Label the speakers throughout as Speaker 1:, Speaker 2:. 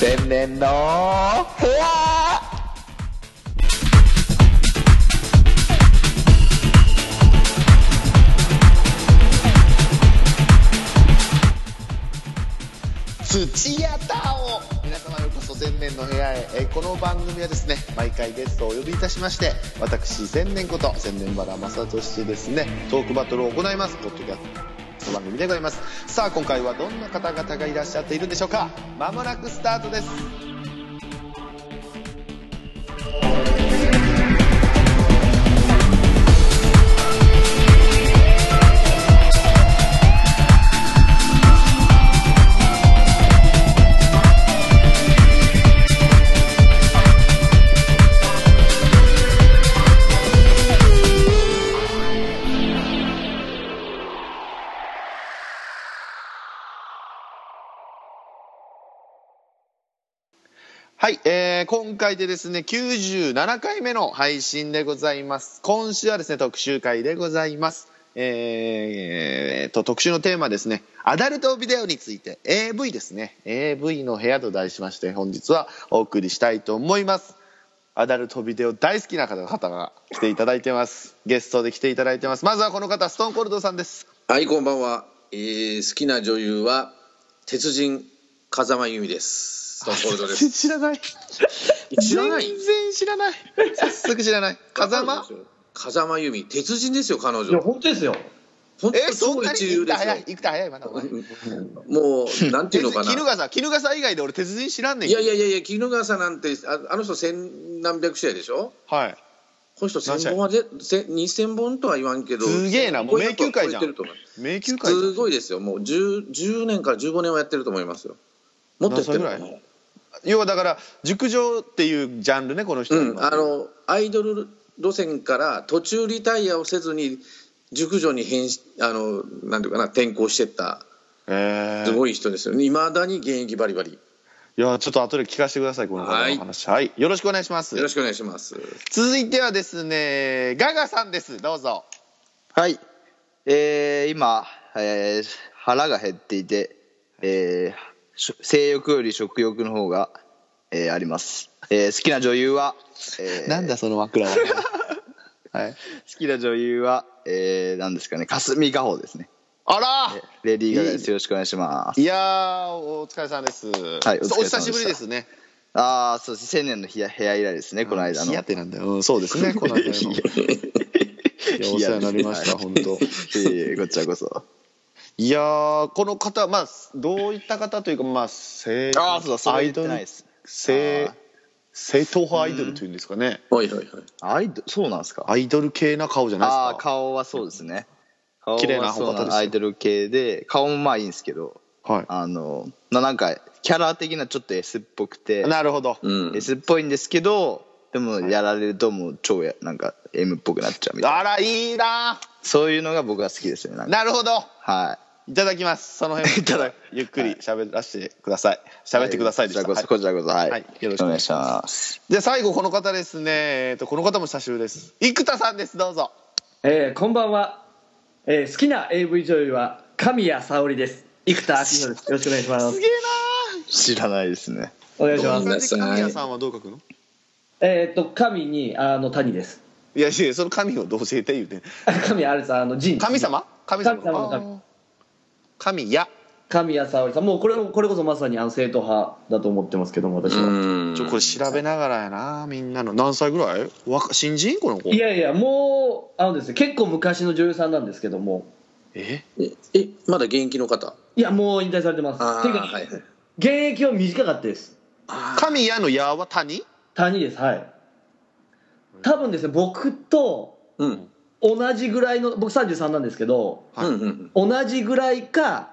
Speaker 1: 関連の部屋土屋太鳳皆様ようこそ千年の部屋へえーこの番組はですね毎回ゲストをお呼びいたしまして私千年こと千年原正俊ですねトークバトルを行いますポッドキャスト番組でございますさあ今回はどんな方々がいらっしゃっているんでしょうかまもなくスタートですはい、えー今回でですね、97回目の配信でございます。今週はですね、特集会でございます。えーえーと、特集のテーマですね、アダルトビデオについて、AV ですね、AV の部屋と題しまして、本日はお送りしたいと思います。アダルトビデオ大好きな方が来ていただいてます。ゲストで来ていただいてます。まずはこの方、ストーンコールドさんです。
Speaker 2: はい、こんばんは。えー、好きな女優は、鉄人、風間由美です。ストーンコールドです。
Speaker 1: 知らない。
Speaker 2: 知らない
Speaker 1: 全然知らない。早速知らない。風間
Speaker 2: 風間由美、鉄人ですよ、彼
Speaker 3: いや
Speaker 2: 女。
Speaker 3: 本当ですよ。
Speaker 2: 本当
Speaker 1: え
Speaker 2: に
Speaker 1: そん
Speaker 2: 超
Speaker 1: なに
Speaker 2: 一
Speaker 1: 行
Speaker 2: 流
Speaker 1: っ
Speaker 2: で
Speaker 1: た
Speaker 2: す
Speaker 1: 早
Speaker 2: よ
Speaker 1: い。行くた早いまだお前
Speaker 2: もう、なんていう のかな。
Speaker 1: 絹笠絹笠以外で俺鉄人知らんねん
Speaker 2: いやいやいやいや、衣笠なんて、ああの人千何百試合でしょ
Speaker 1: はい
Speaker 2: この人千本はで、千二千本とは言わんけど。
Speaker 1: すげえなもう迷宮会じゃん
Speaker 2: 超えてると思う
Speaker 1: 迷宮会
Speaker 2: すごいですよ。もう10、10年から15年はやってると思いますよ。もっとやってるのか
Speaker 1: 何歳ぐ
Speaker 2: な
Speaker 1: らい要はだから熟女っていうジャンルねこの人
Speaker 2: うん、あのアイドル路線から途中リタイアをせずに熟女に変しあのなんていうかな転校してった
Speaker 1: え
Speaker 2: す
Speaker 1: い
Speaker 2: ごい人ですよねいまだに現役バリバリ
Speaker 1: いやちょっと後で聞かせてくださいこの方のお話はい、よろしくお願いします
Speaker 2: よろしくお願いします
Speaker 1: 続いてはですねガガさんですどうぞ
Speaker 4: はい。えー、今、えー腹が減っていて、えーしょ性欲より食欲の方が、えーあります。えー好きな女優は、えー
Speaker 1: その枕は はい
Speaker 4: 好きな女優は、えー、何ですかね、霞ヶ穂ですね。
Speaker 1: あら
Speaker 4: レディー・ガガです。よろしくお願いします。
Speaker 1: いやーお疲れさんですはい
Speaker 4: お疲れ様でした
Speaker 1: お久しぶりですね
Speaker 4: ああ、そうです。千年の部屋部屋以来ですね、この間の。
Speaker 1: 日 当てなんだよ、うん、そうですねこの間のいやお世話になりました本当
Speaker 4: いえいえこちらこそ。
Speaker 1: いやーこの方まあどういった方というかまあ正
Speaker 4: ああ、そうだ、そ
Speaker 1: ア
Speaker 4: れ
Speaker 1: イ
Speaker 4: 言っ
Speaker 1: ド
Speaker 4: て
Speaker 1: ル
Speaker 4: ないです。
Speaker 1: 正
Speaker 4: あー
Speaker 1: 正統派アイドルというんですかね、
Speaker 2: はいはいはい
Speaker 4: アイドそうなんですか
Speaker 1: アイドル系な顔じゃないです
Speaker 4: ああ
Speaker 1: か
Speaker 4: ー顔はそうですね顔
Speaker 1: 綺麗な
Speaker 4: はそう
Speaker 1: 方ですよ
Speaker 4: アイドル系で顔もまあいいんですけど
Speaker 1: は
Speaker 4: あのななんかキャラ的なちょっと S っぽくて
Speaker 1: いなるほど、
Speaker 2: うん
Speaker 4: S っぽいんですけどでもやられるともう超やなんか M っぽくなっちゃうみたいな
Speaker 1: あらいいな
Speaker 4: そういうのが僕は好きですねなんか
Speaker 1: なるほど
Speaker 4: はい
Speaker 1: ただきますその辺も
Speaker 4: いただ
Speaker 1: ゆっくり喋らせてください喋ってください
Speaker 4: こ
Speaker 1: で
Speaker 4: ち
Speaker 1: した、
Speaker 4: らこ
Speaker 1: はい
Speaker 4: そこちらこそはい、
Speaker 1: はいよろ
Speaker 4: よろ
Speaker 1: しく
Speaker 4: しく
Speaker 1: お願
Speaker 4: お
Speaker 1: い
Speaker 4: 願い
Speaker 1: し
Speaker 4: します
Speaker 1: じゃあ最後この方ですねえっとこの方も久しぶりです生田さんですどうぞ
Speaker 3: えー、こんばんは、えー。好きな AV 女優は神谷沙織です。生田明宏です。よろしくお願いしますす。
Speaker 1: げえ
Speaker 4: 知らないですね
Speaker 3: お願いし
Speaker 1: な
Speaker 3: ま
Speaker 1: ー
Speaker 3: す
Speaker 2: ど。う
Speaker 1: それで神谷さんはどう書くの
Speaker 3: えー、っと神にあの谷です。
Speaker 1: いやいやその神をどう教えて言うて
Speaker 3: あ神谷あるさんあの神
Speaker 1: 神様神様
Speaker 3: 神様の神
Speaker 1: あー神や
Speaker 3: 神谷沙織さんもうこれこれこそまさにあの正統派だと思ってますけども私は。
Speaker 2: うん
Speaker 1: ちょこれ調べながらやなみんなの何歳ぐらい若新人この子
Speaker 3: いやいやもうあのですね結構昔の女優さんなんですけども
Speaker 1: え
Speaker 2: ええまだ現役の方
Speaker 3: いやもう引退されてます。
Speaker 2: あー
Speaker 3: ていうか、
Speaker 2: はいはい
Speaker 3: 現役は短かったです。
Speaker 1: 神谷の矢は谷
Speaker 3: 谷ですはい多分ですね僕と
Speaker 2: うん
Speaker 3: 同じぐらいの僕33なんですけど
Speaker 1: はい
Speaker 2: うんうん
Speaker 3: 同じぐらいか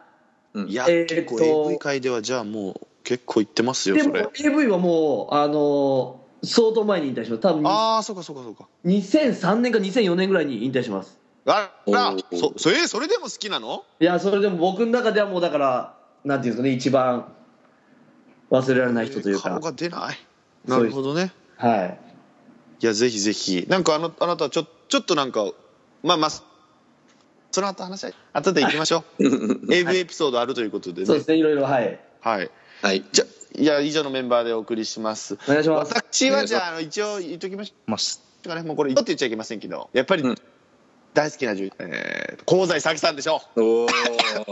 Speaker 2: うん
Speaker 1: いや、
Speaker 3: えーっと
Speaker 1: 結構 AV 界ではじゃあもう結構いってますよ
Speaker 3: で
Speaker 1: そ
Speaker 3: も
Speaker 1: れ
Speaker 3: AV はもうあのー相当前に引退します多分
Speaker 1: ああそうかそうかそうか
Speaker 3: 2003年か2004年ぐらいに引退します
Speaker 1: あら
Speaker 2: おー
Speaker 1: そそえそれでも好きなの
Speaker 3: いやそれでも僕の中ではもうだからなんていうんですかね一番忘れられない人という
Speaker 1: えー
Speaker 3: か
Speaker 1: 顔、が出ないな
Speaker 3: そう
Speaker 1: る
Speaker 3: です
Speaker 1: ほどね
Speaker 3: はい
Speaker 1: いやぜひぜひなんかあのあなたちょちょっとなんかまあまあその後話し合い後で行きましょう AV エピソードあるということで
Speaker 3: そう
Speaker 1: ね
Speaker 3: ですねいろいろはい
Speaker 1: はい
Speaker 2: はい
Speaker 1: じゃいや以上のメンバーでお送りします
Speaker 3: お願いします
Speaker 1: 私はじ
Speaker 4: お
Speaker 1: ゃああの一応言っときましょ
Speaker 4: ます
Speaker 1: うかねもうこれ言って言っちゃいけませんけどやっぱり、
Speaker 2: うん
Speaker 1: 大好きな女優、えー、香西早紀さんでしょ
Speaker 2: おお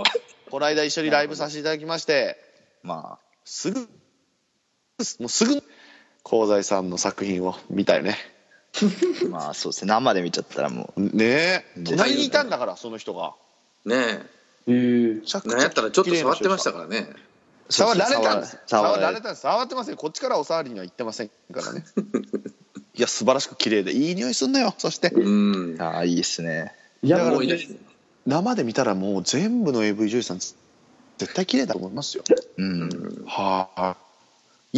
Speaker 1: この間一緒にライブさせていただきまして
Speaker 4: まあ
Speaker 1: すぐもうすぐ香西さんの作品を見たよね
Speaker 4: まあそうですね生で見ちゃったらも
Speaker 1: ねえ
Speaker 4: ね
Speaker 1: 隣にいたんだからその人が
Speaker 2: ね
Speaker 3: えー
Speaker 1: めちゃ
Speaker 2: え
Speaker 1: くちゃ
Speaker 2: なんやったらちょっと触ってました
Speaker 1: ら
Speaker 2: からね
Speaker 4: う
Speaker 1: 触られたんです
Speaker 4: 触
Speaker 1: 触
Speaker 4: ら
Speaker 1: ら
Speaker 4: れ
Speaker 1: れたんです触ってませんこっちからお触りには行ってませんから ねいや素晴らしく綺麗でいい匂いすんなよそして
Speaker 2: うん
Speaker 4: ああいいですね
Speaker 3: いやも
Speaker 2: も
Speaker 3: う
Speaker 2: うい
Speaker 3: ね
Speaker 2: い
Speaker 1: 生で見たらもう全部の AV 女優さん絶対綺麗だと思いますよ
Speaker 4: うん
Speaker 1: はい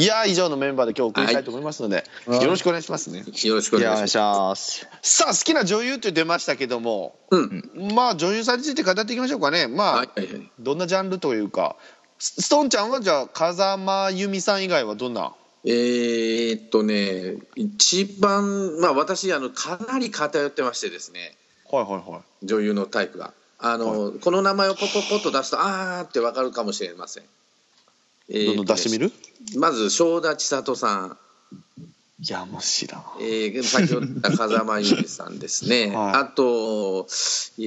Speaker 1: いや以上のメンバーで今日送りたいと思いますので、
Speaker 3: はい
Speaker 1: よろしくお願いしますね
Speaker 2: よろしくお
Speaker 4: いやお
Speaker 2: 願い
Speaker 4: 願い
Speaker 2: し
Speaker 4: します
Speaker 1: さあ好きな女優って出ましたけども
Speaker 2: ますうん
Speaker 1: まあ女優さんについて語っていきましょうかねまあ、
Speaker 2: はいはいはい
Speaker 1: どんなジャンルというかスストーンちゃんはじゃあ風間由美さん以外はどんな
Speaker 2: えーっとね一番まあ私あのかなり偏ってましてですね
Speaker 1: はいはいはい
Speaker 2: 女優のタイプがあの、この名前をポポポッと出すとあーってわかるかもしれません、えー
Speaker 1: どんどん出してみる
Speaker 2: まず正田千里さん、
Speaker 1: いやもう知らん
Speaker 2: えー先ほど言った風間由美さんです ね、
Speaker 1: はい
Speaker 2: あと、え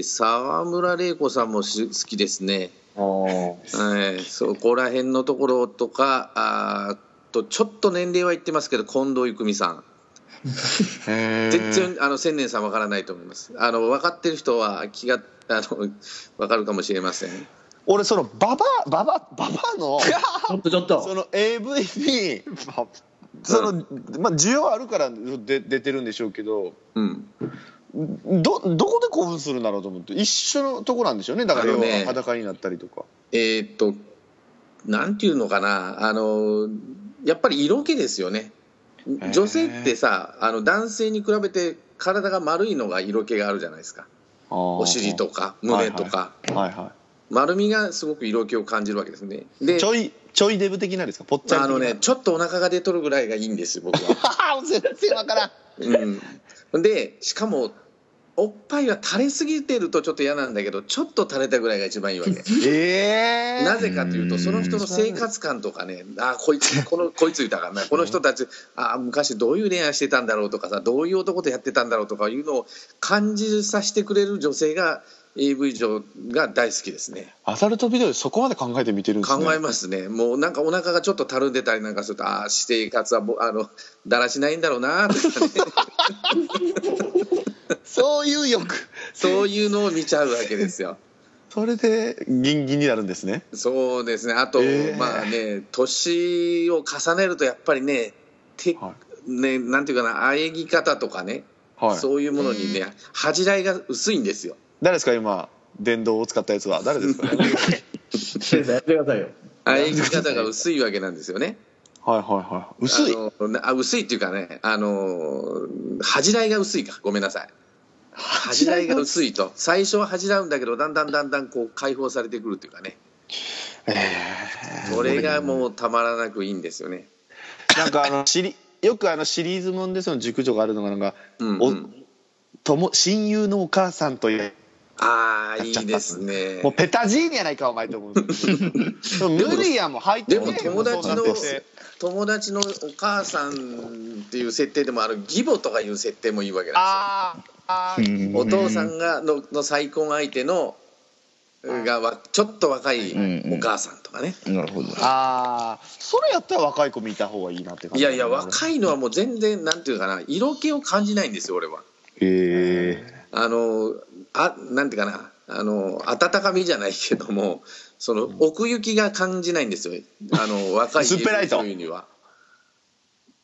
Speaker 2: ー沢村玲子さんもし好きですね、えーそこら辺のところとかあーとちょっと年齢は言ってますけど近藤郁美さ ん全然あの千年さんわからないと思いますあの分かってる人は気があの分かるかもしれません
Speaker 1: 俺そのババアババアババア の
Speaker 3: ちょっとちょっと
Speaker 1: その AV にその、まあ、需要あるからで出てるんでしょうけど
Speaker 2: うん
Speaker 1: どどこで興奮するんだろうと思って一緒のとこなんでしょうねだから
Speaker 2: あ
Speaker 1: 要
Speaker 2: のね
Speaker 1: は裸になったりとか、
Speaker 2: えーっとなんていうのかなあのやっぱり色気ですよね
Speaker 1: ー
Speaker 2: 女性ってさあの男性に比べて体が丸いのが色気があるじゃないですかお尻とか胸とか、
Speaker 1: はいは
Speaker 2: 丸みがすごく色気を感じるわけですね
Speaker 1: い
Speaker 2: で
Speaker 1: ちょいちょいデブ的なんですかぽっちゃり
Speaker 2: あの
Speaker 1: 的
Speaker 2: ね
Speaker 1: な
Speaker 2: ちょっとお腹が出とるぐらいがいいんですよ僕は
Speaker 1: あー全然わからん
Speaker 2: うん、でしかもおっぱいは垂れすぎてるとちょっと嫌なんだけどちょっと垂れたぐらいが一番いいわけ
Speaker 1: ええ
Speaker 2: なぜかというとその人の生活感とかねあーこいつこのこいついたからなこの人たちあー昔どういう恋愛してたんだろうとかさどういう男とやってたんだろうとかいうのを感じさせてくれる女性が AV 上が大好きですね
Speaker 1: アダルトビデオでそこまで考えて見てるんです
Speaker 2: 考
Speaker 1: ね
Speaker 2: えますねもうなんかお腹がちょっとたるんでたりなんかするとああ私生活はもうあのだらしないんだろうなーとかね
Speaker 1: そういう欲
Speaker 2: そういうのを見ちゃうわけですよ
Speaker 1: それでギンギンになるんですね
Speaker 2: そうですねあと、
Speaker 1: えー
Speaker 2: まあね年を重ねるとやっぱりねて、
Speaker 1: は
Speaker 2: ねなんていうかなあえぎ方とかね、
Speaker 1: はい
Speaker 2: そういうものにね恥じらいが薄いんですよ
Speaker 1: 誰ですか今電動を使ったやつは誰です かはいはい
Speaker 3: 先生やってくださいよ
Speaker 2: あえぎ方が薄いわけなんですよね
Speaker 1: はい薄い
Speaker 2: あのなあ薄いっていうかねあの恥じらいが薄いかごめんなさい恥じらいが薄いと最初は恥じらうんだけどだんだんだんだんこう解放されてくるっていうかねそれがもうたまらなくいいんですよね
Speaker 1: なんかあのシリよくあのシリーズもんでその熟女があるのがなんか、
Speaker 2: うんうん
Speaker 1: おとも親友のお母さんという
Speaker 2: ああいいですね
Speaker 1: もうペタジーニやないかお前と思うんです よでも無理やもん入って
Speaker 2: で
Speaker 1: け
Speaker 2: も
Speaker 1: えへん
Speaker 2: 友達の
Speaker 1: そんなって
Speaker 2: 友達のお母さんっていう設定でもある義母とかいう設定もいいわけなん
Speaker 1: あーあー
Speaker 2: ですよお父さんがのの再婚相手のがわちょっと若い
Speaker 4: うんうん
Speaker 2: お母さんとかね、
Speaker 4: なるほど
Speaker 1: あーそれやったら若い子見た方がいいなって感
Speaker 2: い
Speaker 1: じ
Speaker 2: やいや若いのはもう全然なんていうかな色気を感じないんですよ俺は
Speaker 1: え
Speaker 2: あのあなんていうかなあの温かみじゃないけどもその奥行きが感じないんですよあの若い
Speaker 1: 薄っぺらいと
Speaker 2: いうには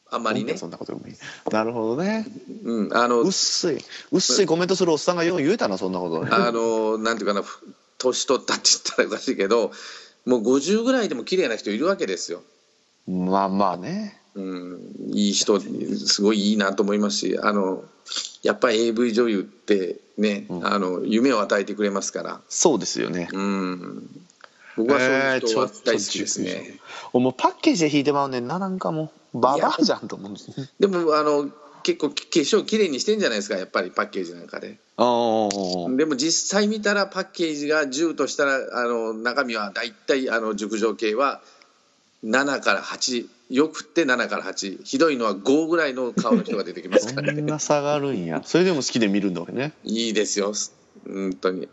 Speaker 2: あ
Speaker 1: あ
Speaker 2: んまりね
Speaker 1: そんなこともいいなるほどね
Speaker 2: うんあの
Speaker 1: 薄い薄いコメントするおっさんがよう言えたなそんなこと
Speaker 2: あのなんていうかなふ年取ったって言ったらおかしいけどもう50ぐらいでも綺麗な人いるわけですよ、
Speaker 1: まあまあね
Speaker 2: うん、いい人すごいいいなと思いますしあのやっぱり AV 女優ってね、
Speaker 1: うん
Speaker 2: あの夢を与えてくれますから、
Speaker 1: そうですよね
Speaker 2: うん、僕はそういう人は大好きですね、
Speaker 1: えーちょっとお前パッケージで引いてまうねんななんかもうババアじゃんと思うんですね
Speaker 2: でもあの結構化粧綺麗にしてんじゃないですかやっぱりパッケージなんかで
Speaker 1: あー
Speaker 2: でも実際見たらパッケージが10としたらあの中身は大体あの熟女系は7から8よくって7から8ひどいのは5ぐらいの顔の人が出てきます
Speaker 1: そ
Speaker 2: からね
Speaker 1: んな差があるんやそれでも好きで見るんだ俺ね
Speaker 2: いいですよ本当に、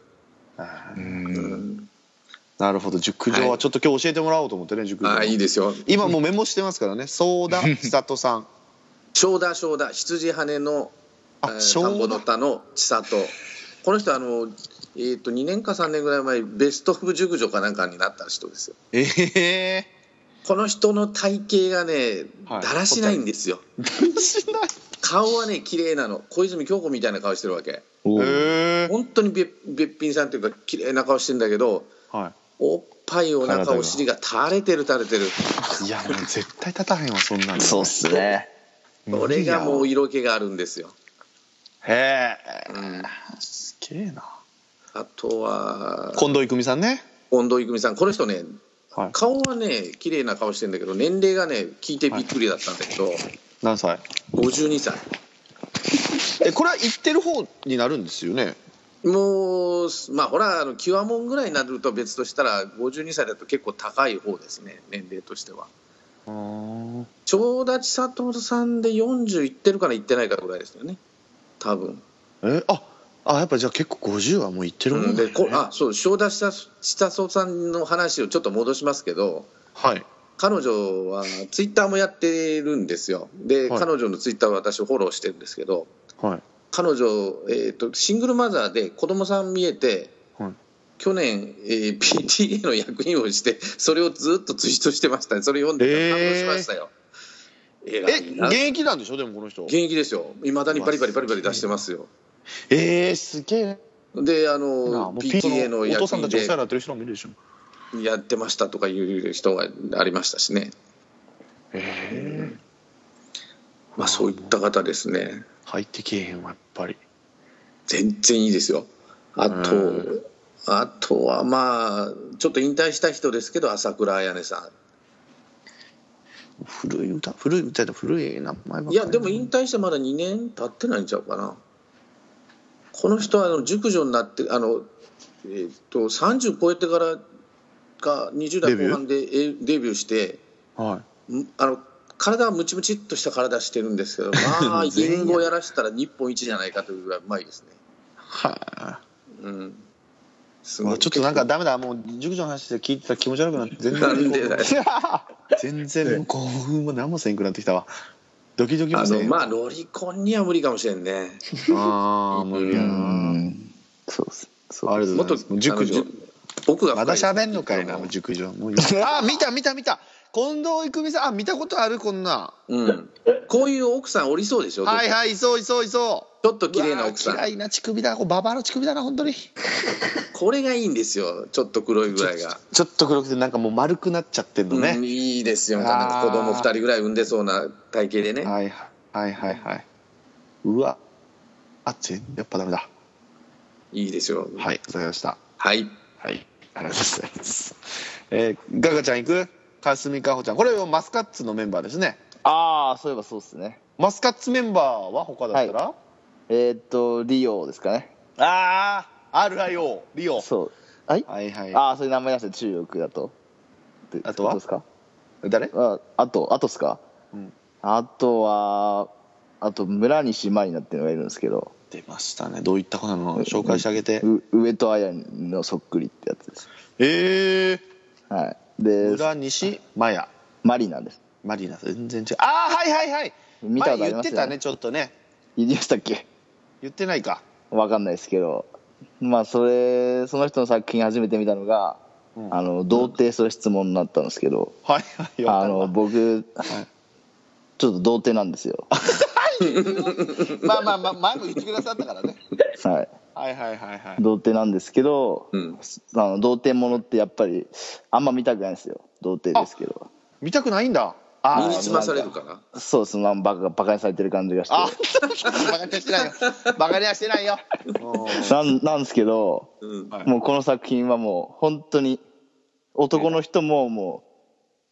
Speaker 2: うん
Speaker 1: なるほど熟女はちょっと今日教えてもらおうと思ってね熟女
Speaker 2: ああいいですよ
Speaker 1: 今もうメモしてますからね相田千里さん
Speaker 2: ショーダーショーダー羊羽のえ
Speaker 1: あ
Speaker 2: ー田んぼの田の千里この人あのえっ、と2年か3年ぐらい前ベストオブ熟女かなんかになった人ですよ
Speaker 1: ええ
Speaker 2: この人の体型がね
Speaker 1: はい
Speaker 2: だらしないんですよ、
Speaker 1: ー、しない
Speaker 2: 顔はね綺麗なの小泉京子みたいな顔してるわけ
Speaker 4: お
Speaker 1: ええ
Speaker 2: 本当にべべっぴんさんっていうか綺麗な顔してんだけど
Speaker 1: は
Speaker 2: おっぱいお
Speaker 1: 体
Speaker 2: 腹
Speaker 1: が
Speaker 2: お尻が垂れてる垂れてる
Speaker 1: い、いやもう絶対立たへんわそんなの
Speaker 4: そうっすね
Speaker 2: それがもう
Speaker 1: へ
Speaker 2: 色気があるんですよ、
Speaker 1: え
Speaker 2: うん、
Speaker 1: すげえな
Speaker 2: あとは
Speaker 1: 近藤郁美さんね
Speaker 2: 近藤郁美さんこの人ね
Speaker 1: はい
Speaker 2: 顔はね綺麗な顔してんだけど年齢がね聞いてびっくりだったんだけど、
Speaker 1: 何歳
Speaker 2: 52歳
Speaker 1: えこれは言ってる方になるんですよね
Speaker 2: もうまあほらあのキュアモンぐらいになると別としたら52歳だと結構高い方ですね年齢としては
Speaker 1: うん
Speaker 2: 長田千里さんで40いってるかな行ってないかぐらいですよね多分、
Speaker 1: えああやっぱじゃあ結構50はもういってるも
Speaker 2: うんん、
Speaker 1: だ
Speaker 2: で
Speaker 1: よね
Speaker 2: こあそう長田千里千里さんの話をちょっと戻しますけど
Speaker 1: はい
Speaker 2: 彼女はツイッターもやってるんですよで、
Speaker 1: はい
Speaker 2: 彼女のツイッターを私フォローしてるんですけど
Speaker 1: はい
Speaker 2: 彼女、えー、とシングルマザーで子供さん見えて、
Speaker 1: はい
Speaker 2: 去年、えー PTA の役員をしてそれをずっとツイートしてましたねそれ読ん
Speaker 1: え
Speaker 2: で
Speaker 1: ー
Speaker 2: 感動しましたよ、え
Speaker 1: え
Speaker 2: らいな
Speaker 1: 現役なんでしょでもこの人
Speaker 2: 現役ですよいまだにパリパリパリパリ出してますよ
Speaker 1: えー、すげえ
Speaker 2: であ
Speaker 1: なあ
Speaker 2: の
Speaker 1: もうピンク
Speaker 2: PTA
Speaker 1: の
Speaker 2: の
Speaker 1: お
Speaker 2: 役
Speaker 1: 父さん
Speaker 2: 員
Speaker 1: たちお世話に
Speaker 2: で
Speaker 1: なってる人もいるでしょ
Speaker 2: やってましたとかいう人がありましたしね、
Speaker 1: え
Speaker 2: まあ、そういった方ですね
Speaker 1: え入ってけえへんわやっぱり
Speaker 2: 全然いいですよあと、
Speaker 1: うん
Speaker 2: あとはまあちょっと引退した人ですけど朝倉彩音さん
Speaker 1: 古い歌古い歌だ古い名前ばっかり
Speaker 2: いやでも引退してまだ2年経ってないんちゃうかなこの人はあの熟女になってあの、えーっと30超えてからか20代後半でえーデビューして
Speaker 1: は
Speaker 2: んあの体はムチムチっとした体してるんですけ どまあ
Speaker 1: 全員や
Speaker 2: 言語やらしたら日本一じゃないかというぐらいうまいですね
Speaker 1: いは
Speaker 2: うんす
Speaker 1: い、まあ、ちょっとなんかダメだもう熟女の話で聞いてたら気持ち悪くなって全然
Speaker 2: なんでだよ
Speaker 1: 全然興奮も何もせんくなってきたわドキドキ
Speaker 2: あ
Speaker 1: もせ
Speaker 2: の
Speaker 1: ん
Speaker 2: まあロリコンには無理かもしれんね
Speaker 1: ああ無理や
Speaker 4: う
Speaker 1: なん
Speaker 4: そうっす
Speaker 1: ありがとうご
Speaker 2: も
Speaker 1: ざ
Speaker 2: っと
Speaker 1: いますもう熟
Speaker 2: あ
Speaker 1: 女
Speaker 2: のじゅ奥が深
Speaker 1: ま
Speaker 2: い
Speaker 1: だ喋んのかいなもう熟女もういい あー見た見た見た近藤郁美さんあ見たことあるこんな
Speaker 2: うんこういう奥さんおりそうでしょ
Speaker 1: はいはいいそういそういそう
Speaker 2: ちょっと綺麗な奥さ
Speaker 1: うわー
Speaker 2: ん
Speaker 1: 綺麗な乳首だこうババアの乳首だな本当に
Speaker 2: これがいいんですよちょっと黒いぐらいが、
Speaker 1: ちょっと黒くてなんかもう丸くなっちゃってんの
Speaker 2: うん
Speaker 1: ね、
Speaker 2: いいですよ
Speaker 1: あー
Speaker 2: なんか子供二人ぐらい産んでそうな体型でね
Speaker 1: はいはいはいはいうわあ全やっぱダメだ
Speaker 2: いいですよ
Speaker 1: はいわかりました
Speaker 2: はい
Speaker 1: はいありがとうございますえー、ガガちゃん行くかすみかほちゃんこれはマスカッツのメンバーですね
Speaker 4: ああそういえばそうっすね
Speaker 1: マスカッツメンバーは他だったら、
Speaker 4: えーっとリオですかね
Speaker 1: ああ RIO リオ
Speaker 4: そうはい
Speaker 1: はいはい
Speaker 4: ああそういう名前出して中国だとで
Speaker 1: あとは
Speaker 4: どうですか
Speaker 1: 誰
Speaker 4: ああとあとっすか、
Speaker 1: うん
Speaker 4: あとはあと村西麻里奈っていうのがいるんですけど
Speaker 1: 出ましたねどういった子なの紹介してあげて、
Speaker 4: う上戸彩のそっくりってやつです
Speaker 1: ええ
Speaker 4: はい
Speaker 1: ー、
Speaker 4: で
Speaker 1: 裏西マヤ
Speaker 4: マリナです
Speaker 1: マリナ全然違うああはいはいはい
Speaker 4: 見たことあ
Speaker 1: 前
Speaker 4: り
Speaker 1: 言
Speaker 4: ま
Speaker 1: っ
Speaker 4: すよね
Speaker 1: てたねちょっとね
Speaker 4: 言いましたっけ
Speaker 1: 言ってないか
Speaker 4: わかんないですけどまあそれその人の作品初めて見たのが、
Speaker 1: うん
Speaker 4: あの童貞そういう質問になったんですけど、
Speaker 1: はいはい
Speaker 4: あ
Speaker 1: わ
Speaker 4: の
Speaker 1: か
Speaker 4: 僕
Speaker 1: るわはい
Speaker 4: ちょっと童貞なんですよ
Speaker 1: まあまあまあ前も言ってくださったからね
Speaker 4: はい
Speaker 1: はいはいはいはい
Speaker 4: 童貞なんですけど、
Speaker 2: うん
Speaker 4: あの童貞ものってやっぱりあんま見たくないんですよ童貞ですけど
Speaker 1: 見たくないんだ
Speaker 2: 身
Speaker 1: あ
Speaker 2: に
Speaker 1: ー
Speaker 2: つまされるかな
Speaker 4: そうですまあバカバカにされてる感じがして
Speaker 1: あ バカにはしてないよバカにはしてないようん
Speaker 4: なんなんですけど、
Speaker 2: うん
Speaker 1: はい
Speaker 4: もうこの作品はもう本当に男の人もも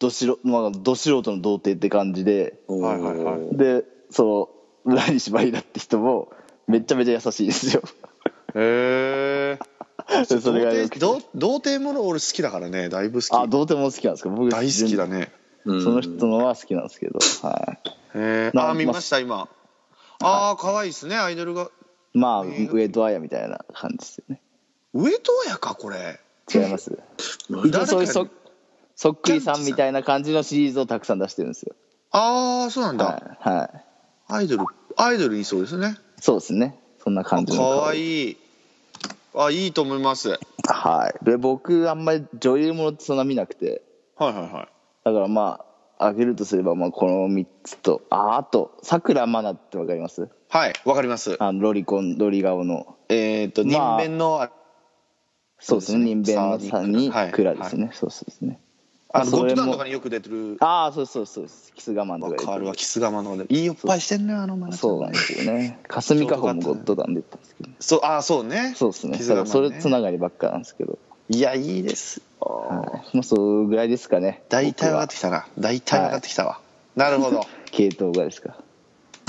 Speaker 4: うどしろ、まあ、ど素人の童貞って感じで
Speaker 1: はいはいはい
Speaker 2: おー
Speaker 4: でその村西麻里奈って人もめちゃめちゃ優しいですよ
Speaker 1: へえ
Speaker 4: でそれがよくて
Speaker 1: 童貞童童貞もの俺好きだからねだいぶ好き
Speaker 4: あ童貞も好きなんですか僕
Speaker 1: 大好きだね
Speaker 2: うん
Speaker 4: その人のは好きなんですけど、はい、
Speaker 1: えー、
Speaker 4: まあ
Speaker 1: あー見ました今ああ可愛いですねアイドルが
Speaker 4: まあ上戸彩みたいな感じですよね
Speaker 1: 上戸彩かこれ
Speaker 4: 違います一応そういうそそっくりさんみたいな感じのシリーズをたくさん出してるんですよ
Speaker 1: ああそうなんだ、
Speaker 4: はい、はい、
Speaker 1: アイドルアイドルにそうですね
Speaker 4: そうですねそんな感じの
Speaker 1: 可
Speaker 4: い
Speaker 1: 愛いあいいと思いますはい
Speaker 4: はいで僕あんまり女優ものってそんな見なくて
Speaker 1: はいは
Speaker 4: だからまあ挙げるとすればまあこの3つとああとさくらまなってわかります
Speaker 1: いはいわかります
Speaker 4: あのロリコンロリ顔の
Speaker 1: えっ、と人
Speaker 4: まあ
Speaker 1: 弁の、あ、
Speaker 4: そうですね人弁のさんに
Speaker 1: はい
Speaker 4: クラですね、そうそうですね
Speaker 1: あの
Speaker 4: そ
Speaker 1: ゴッ
Speaker 4: れ
Speaker 1: ドタン
Speaker 4: も
Speaker 1: とかによく出てる
Speaker 4: ああそうそうそうですキス我慢と
Speaker 1: わ
Speaker 4: か
Speaker 1: かるわ
Speaker 4: キ
Speaker 1: キス釜の方でいいおっぱいしてんのよあのマナちゃん
Speaker 4: そうなんですよね霞ヶ穂もゴッドダンで言ったんですけど
Speaker 1: そうああそうね
Speaker 4: そうですね
Speaker 1: キス
Speaker 4: だ
Speaker 1: 我慢
Speaker 4: から
Speaker 1: ね
Speaker 4: それつながりばっかなんですけど、
Speaker 1: いやいいですよ
Speaker 4: はいまあそうぐらいですかね
Speaker 1: 大体
Speaker 4: 僕
Speaker 1: 分かってきたな大体分かってきたわ、なるほど
Speaker 4: 系統がですか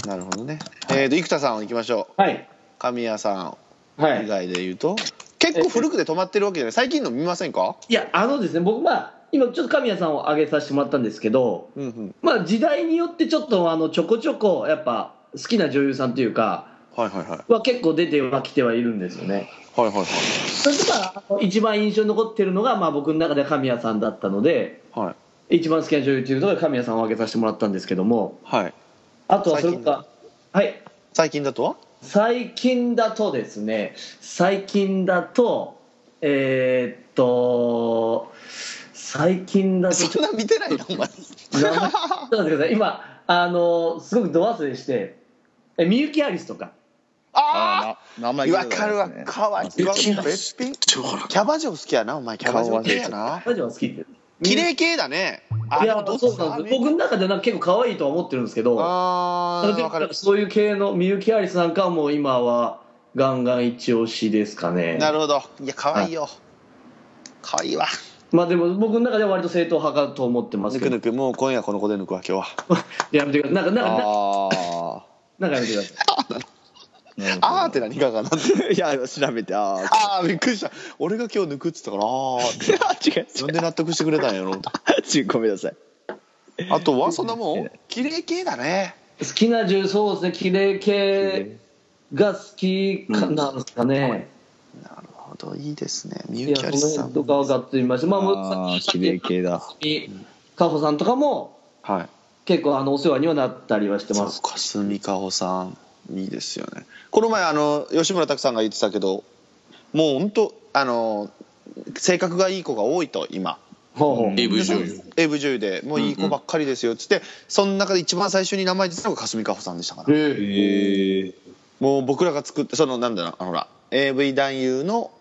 Speaker 1: なるほどねえっ、と生田さん行きましょう
Speaker 3: はい
Speaker 1: 神谷さ
Speaker 3: は
Speaker 1: ん以
Speaker 3: い
Speaker 1: 外で言うと、結構古くて止まってるわけじゃない最近の見ませんか
Speaker 3: いやあのですね僕まあ今ちょっと神谷さんを挙げさせてもらったんですけど
Speaker 1: うんうん
Speaker 3: まあ時代によってちょっとあのちょこちょこやっぱ好きな女優さんというか
Speaker 1: はいはいはいはい
Speaker 3: は結構出てはきてはいるんですよね
Speaker 1: はいはい
Speaker 3: それとまあ一番印象に残ってるのがまあ僕の中で神谷さんだったので
Speaker 1: はい
Speaker 3: 一番好きな女優っていうのが神谷さんを挙げさせてもらったんですけども
Speaker 1: はい
Speaker 3: あとはそれ
Speaker 1: 最近
Speaker 3: と
Speaker 1: だ
Speaker 3: かはい
Speaker 1: 最近だと
Speaker 3: 最近だとですね最近だとえーっと最近だと
Speaker 1: そんな見て ないのお前
Speaker 3: 名前ちょっと待ってください今あのすごくド忘れしてえみゆきアリスとか
Speaker 1: あ
Speaker 4: ーな名
Speaker 1: あ
Speaker 4: 聞い
Speaker 1: わ
Speaker 4: たこと
Speaker 1: か
Speaker 4: な
Speaker 1: る
Speaker 4: いです
Speaker 1: わ
Speaker 4: ね
Speaker 1: かわいいわ別品キャバ嬢好きやなお前キャバ嬢好きやな
Speaker 3: ラジオ好きって
Speaker 1: 綺麗系だねあ
Speaker 3: い
Speaker 1: で
Speaker 3: や
Speaker 1: もどっち
Speaker 3: そうなんです僕の中でなんか結構可愛いとは思ってるんですけど
Speaker 1: あ
Speaker 3: た
Speaker 1: ー
Speaker 3: だ
Speaker 1: わかる
Speaker 3: そういう系のみゆきアリスなんかはもう今はガンガン一押しですかね
Speaker 1: なるほどいや可愛いよ可愛いわ
Speaker 3: まあでも僕の中では割と正統派かと思ってます
Speaker 1: ぬ
Speaker 3: け
Speaker 1: く
Speaker 3: ど
Speaker 1: ぬくもう今夜この子で抜くわ今日は
Speaker 3: やめてくださいなんかなんか
Speaker 4: あ
Speaker 3: なんかやめてください
Speaker 4: ー
Speaker 1: あーって何かがなんて
Speaker 4: いや調べてあー
Speaker 1: あーびっくりした俺が今日抜くっつったからあーって
Speaker 4: 違
Speaker 1: な
Speaker 4: う
Speaker 1: んで納得してくれたんやろうと
Speaker 4: 違うごめんなさい
Speaker 1: あとはそんなもん綺麗系だね
Speaker 3: 好きな女優そうですね綺麗系が好きかなんですかね、
Speaker 1: なるほどいいですねみ
Speaker 3: い
Speaker 1: ゆ
Speaker 3: や
Speaker 1: きあ
Speaker 3: そ
Speaker 1: り
Speaker 3: の
Speaker 1: さ
Speaker 3: 辺
Speaker 1: ん
Speaker 3: とかはがっつり見ましたまあもう
Speaker 4: あー
Speaker 3: さっ
Speaker 4: 綺
Speaker 3: き
Speaker 4: 麗系だ
Speaker 3: カホさんとかも
Speaker 1: はい
Speaker 3: 結構あのお世話にはなったりはして
Speaker 1: そ
Speaker 3: ま
Speaker 1: う
Speaker 3: す
Speaker 1: か角かほさんいいですよねこの前あの吉村拓さんが言ってたけどもう本当あの性格がいい子が多いと今
Speaker 3: ほうほう
Speaker 2: AV 女優
Speaker 1: AV 女優でもういい子ばっかりですよっつって、その中で一番最初に名前出たのが霞かほさんでしたから
Speaker 3: ええ
Speaker 4: へえ
Speaker 1: もう僕らが作ってそのなんだろうあのほら AV 男優の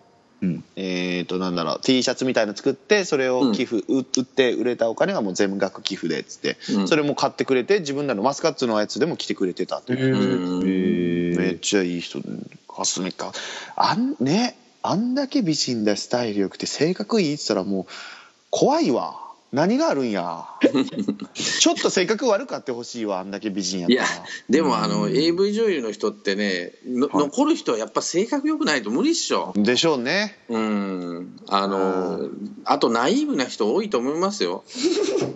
Speaker 4: うん
Speaker 1: えー、となんだろう T シャツみたいの作ってそれを寄付、う売って売れたお金がもう全額寄付でっつって、
Speaker 2: うん
Speaker 1: それも買ってくれて自分らのマスカッツのやつでも着てくれてたとめっちゃいい人かすみかあんねあんだけ美人だしスタイルよくて性格いいって言ったらもう怖いわ何があるんや ちょっと性格悪かってほしいわあんだけ美人やっ
Speaker 2: い
Speaker 1: た
Speaker 2: や
Speaker 1: ら
Speaker 2: でもあの AV 女優の人ってねの残る人はやっぱ性格良くないと無理っしょ
Speaker 1: でしょうね
Speaker 2: うんあのあとナイーブな人多いと思いますよ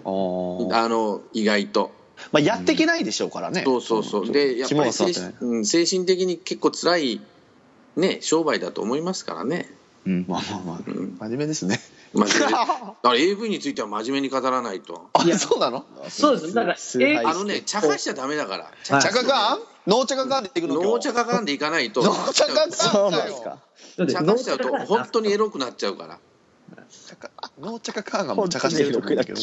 Speaker 2: あの意外と
Speaker 1: まあ、やっていけないでしょうからね、
Speaker 2: そうそうそうでやっ
Speaker 1: 肝
Speaker 2: ぱり
Speaker 1: が
Speaker 2: 精
Speaker 1: 据わって
Speaker 2: 神,、うん、精神的に結構辛いね商売だと思いますからね
Speaker 4: うん
Speaker 1: まあまあまあ
Speaker 2: うん
Speaker 1: 真面目ですね
Speaker 2: 真面目だから AV については真面目に語らないと
Speaker 1: あ
Speaker 3: いや
Speaker 1: そうなの
Speaker 3: そうですなんか
Speaker 4: 崇拝
Speaker 3: え
Speaker 4: はい
Speaker 2: あのね茶化しちゃダメだから茶
Speaker 3: はい
Speaker 1: 茶化感脳茶化感でいってくの
Speaker 2: 脳茶
Speaker 1: 化
Speaker 2: 化かんでいかないと
Speaker 1: 脳茶化
Speaker 4: そ
Speaker 1: 感
Speaker 4: うなん
Speaker 1: だ
Speaker 4: で
Speaker 1: よ
Speaker 4: すか
Speaker 3: だって
Speaker 2: 茶化しちゃうと本当にエロくなっちゃうから
Speaker 1: 脳茶化感がもう茶化してると思うんだけど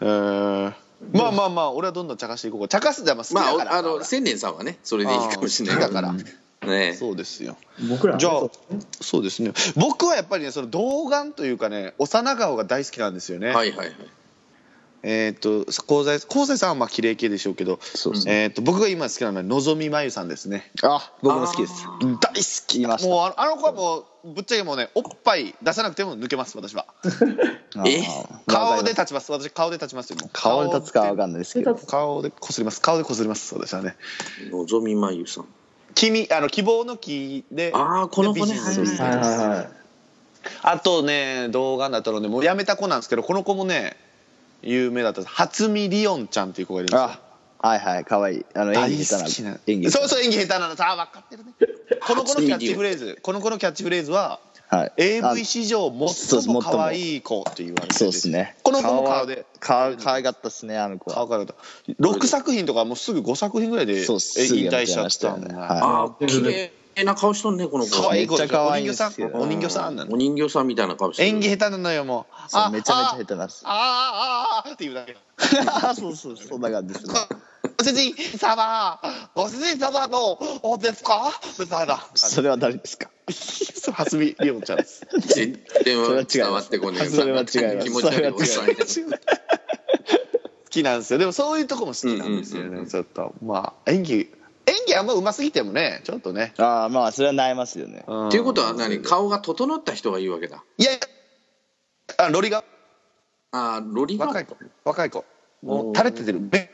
Speaker 1: えーまあまあまあ俺はどんどん茶化していこうか茶化すじゃまあ好きだ
Speaker 2: ま
Speaker 1: から、
Speaker 2: ああの千年さんはねそれでいいかもしれ
Speaker 1: あ
Speaker 2: な
Speaker 1: ー好
Speaker 2: い
Speaker 1: きだから、
Speaker 2: ね
Speaker 1: そうですよ
Speaker 3: 僕ら
Speaker 1: じゃあそうですね僕はやっぱりねその童顔というかね幼顔が大好きなんですよね、
Speaker 2: はいはいはい
Speaker 1: えっ、と香西香西さんはまあ綺麗系でしょうけど
Speaker 4: そうですね
Speaker 1: えー、と僕が今好きなのはのぞみまゆさんですね
Speaker 4: あ僕も好きです
Speaker 1: 大好き
Speaker 4: いました
Speaker 1: もうあのあの子はもうぶっちゃけもうねおっぱい出さなくても抜けます私は
Speaker 2: え
Speaker 4: あー
Speaker 1: 顔で立ちます私顔で立ちますよもう
Speaker 4: 顔で立つかは分かんないですけど
Speaker 1: 顔でこすります顔でこすります私はね
Speaker 2: のぞみまゆさん
Speaker 1: 君あの希望の木であ
Speaker 2: ああこの子ね
Speaker 1: 美
Speaker 2: は
Speaker 1: 人
Speaker 2: い
Speaker 1: です
Speaker 2: はい
Speaker 3: は
Speaker 2: はい
Speaker 3: いはいはい
Speaker 1: とね動画だったのでもうやめた子なんですけどこの子もね有名だった初見りおんちゃんっていう子がいるんですよ
Speaker 4: あはいはいかわいいあの演
Speaker 1: 大
Speaker 4: 技下
Speaker 1: 好
Speaker 4: 手
Speaker 1: き
Speaker 4: な
Speaker 1: な
Speaker 4: 演技
Speaker 1: そうそう演技下手なのさあ分かってるねこの子のキャッチフレーズこの子のキャッチフレーズは
Speaker 4: はい
Speaker 1: AV 史上最も可愛い子と言われてて
Speaker 4: そうですね
Speaker 1: この子の顔で
Speaker 4: 顔かわいかったっすねあの子は
Speaker 1: 顔から6作品とかもうすぐ5作品ぐらいでえ引
Speaker 4: そうすぐ
Speaker 1: 退
Speaker 4: やめ
Speaker 1: し
Speaker 4: ち
Speaker 1: ち
Speaker 4: ゃい
Speaker 1: ゃ
Speaker 4: ま
Speaker 1: っ
Speaker 4: した
Speaker 1: た
Speaker 4: よ
Speaker 1: ん
Speaker 4: ね
Speaker 1: だ
Speaker 4: は
Speaker 2: ああ綺麗な顔しとんねこの子
Speaker 1: 可愛い子で
Speaker 4: めっ
Speaker 1: し
Speaker 4: ちゃ
Speaker 1: ょ
Speaker 4: 可
Speaker 1: お
Speaker 4: 愛
Speaker 1: 人
Speaker 4: い
Speaker 1: 形
Speaker 4: んで
Speaker 1: さん
Speaker 4: すよ
Speaker 1: お人形さんなの
Speaker 2: お人形さんみたいな顔してる
Speaker 1: 演技下手なのよもう
Speaker 4: そうめちゃめちゃ下手なんです
Speaker 1: ああああああっていうだけ
Speaker 4: い そうそうそんな感じですね
Speaker 1: ご主人様ご主人様のおですかみたいな
Speaker 4: それは誰ですか
Speaker 1: 初見りおんちゃんです
Speaker 2: 全然
Speaker 4: それは違います
Speaker 2: 伝わってこねえ
Speaker 4: それは違います
Speaker 2: 気持ち悪いおじさんみたいな
Speaker 1: 好きなんですよでもそういうとこも好きなんですよね、
Speaker 2: うんうんうんうん
Speaker 1: ちょっとまあ演技演技あんま上手すぎてもねちょっとね、
Speaker 4: ああまあそれは悩ますよね
Speaker 1: うん
Speaker 2: っていうことは何顔が整った人がいいわけだ
Speaker 1: いやいやあロリが
Speaker 2: ああロリが
Speaker 1: 若い子若い子も
Speaker 2: お
Speaker 1: う
Speaker 2: ー
Speaker 1: 垂れててる目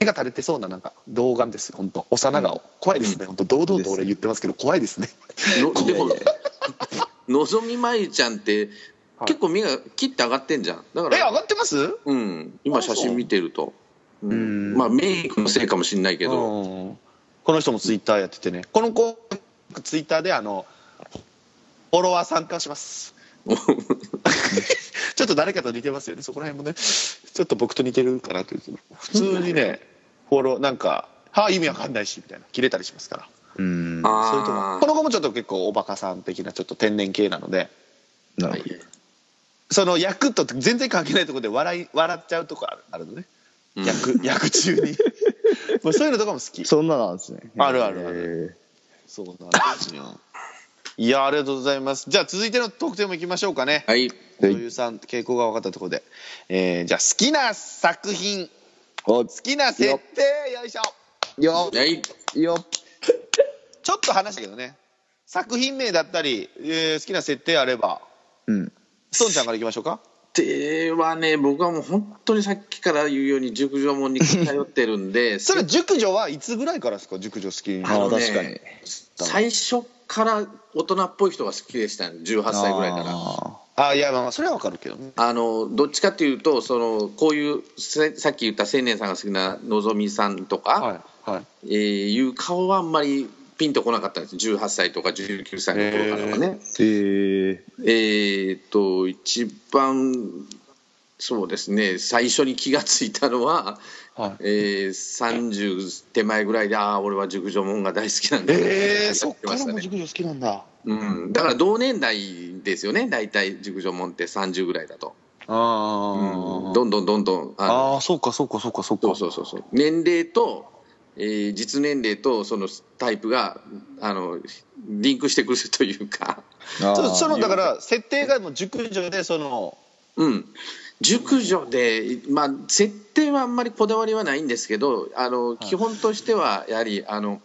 Speaker 1: 目が垂れてそうななんか童顔です本当幼顔、怖いですね本当堂々と俺言ってますけど怖いですね
Speaker 2: のでも
Speaker 4: いやい
Speaker 2: のぞみまゆちゃんって
Speaker 1: はい
Speaker 2: 結構目が切って上がってんじゃんだか
Speaker 1: え上
Speaker 2: ら、
Speaker 1: がってます
Speaker 2: うん、今写真見てると、うんん、まあメイクのせいかもしんないけど
Speaker 1: うんこの人もツイッターやっててねこの子ツイッターであのフォロワー参加します ちょっと誰かと似てますよねそこら辺もねちょっと僕と似てるかなという気も普通にねフォローなんか「はあ意味わかんないし」みたいな切れたりしますから
Speaker 4: うん
Speaker 2: あー
Speaker 1: そういうとここの子もちょっと結構おバカさん的なちょっと天然系なので
Speaker 4: な
Speaker 2: は
Speaker 4: る
Speaker 2: い
Speaker 4: ほど
Speaker 1: その役と全然関係ないところで笑い笑っちゃうとこあるあるのね
Speaker 2: うん
Speaker 1: 役役中 にもうそういうのとかも好き
Speaker 4: そんなのなんですね
Speaker 1: あるあるあ
Speaker 4: る
Speaker 1: そうなんですよ。いや、ありがとうございます。じゃあ、続いての特典もいきましょうかね。
Speaker 2: はい
Speaker 1: 女優さん、傾向が分かったところで。えーじゃあ、好きな作品、
Speaker 4: お
Speaker 1: 好きな設定、よいしょ。
Speaker 4: よ
Speaker 2: はい
Speaker 4: よ
Speaker 1: ちょっと話したけどね。作品名だったり、えー好きな設定あれば、
Speaker 4: うん
Speaker 1: ストンちゃんからいきましょうか。
Speaker 2: ではね僕はもう本当にさっきから言うように熟女もんに偏ってるんで
Speaker 1: それ、熟女はいつぐらいからですか、熟女好きに
Speaker 2: あの
Speaker 4: あ確かに
Speaker 2: 最初から大人っぽい人が好きでしたね18歳ぐらいからあ
Speaker 4: あ
Speaker 1: あ、いや、まあ、それは分かるけどね。
Speaker 2: のどっちかっていうとそのこういうせさっき言った青年さんが好きなのぞみさんとか、
Speaker 1: い。はい。
Speaker 2: えーいう顔はあんまりピンとこなかったんです18歳とか19歳の頃からはね
Speaker 4: ーへえ
Speaker 2: えーっと一番そうですね最初に気がついたのは、
Speaker 1: はい
Speaker 2: えー30手前ぐらいでああ俺は熟女もんが大好きなんだ
Speaker 1: えー、そ
Speaker 2: や
Speaker 1: ってか
Speaker 2: まし
Speaker 1: ら
Speaker 2: た
Speaker 1: も
Speaker 2: ね
Speaker 1: 熟女好きなんだ。
Speaker 2: うん、だから同年代ですよね大体熟女もんって30ぐらいだと、
Speaker 1: あ
Speaker 2: うん、
Speaker 1: ー
Speaker 2: どんどんどんどんあの
Speaker 1: あー、そうか、そうか、そうか、そうか。
Speaker 2: そうそうそうそう年齢と、えー実年齢とそのタイプがあのリンクしてくるというか、
Speaker 1: そそのだから設定がもう熟女でその
Speaker 2: うん、熟女で、まあ、設定はあんまりこだわりはないんですけどあの基本としてはやはりあの、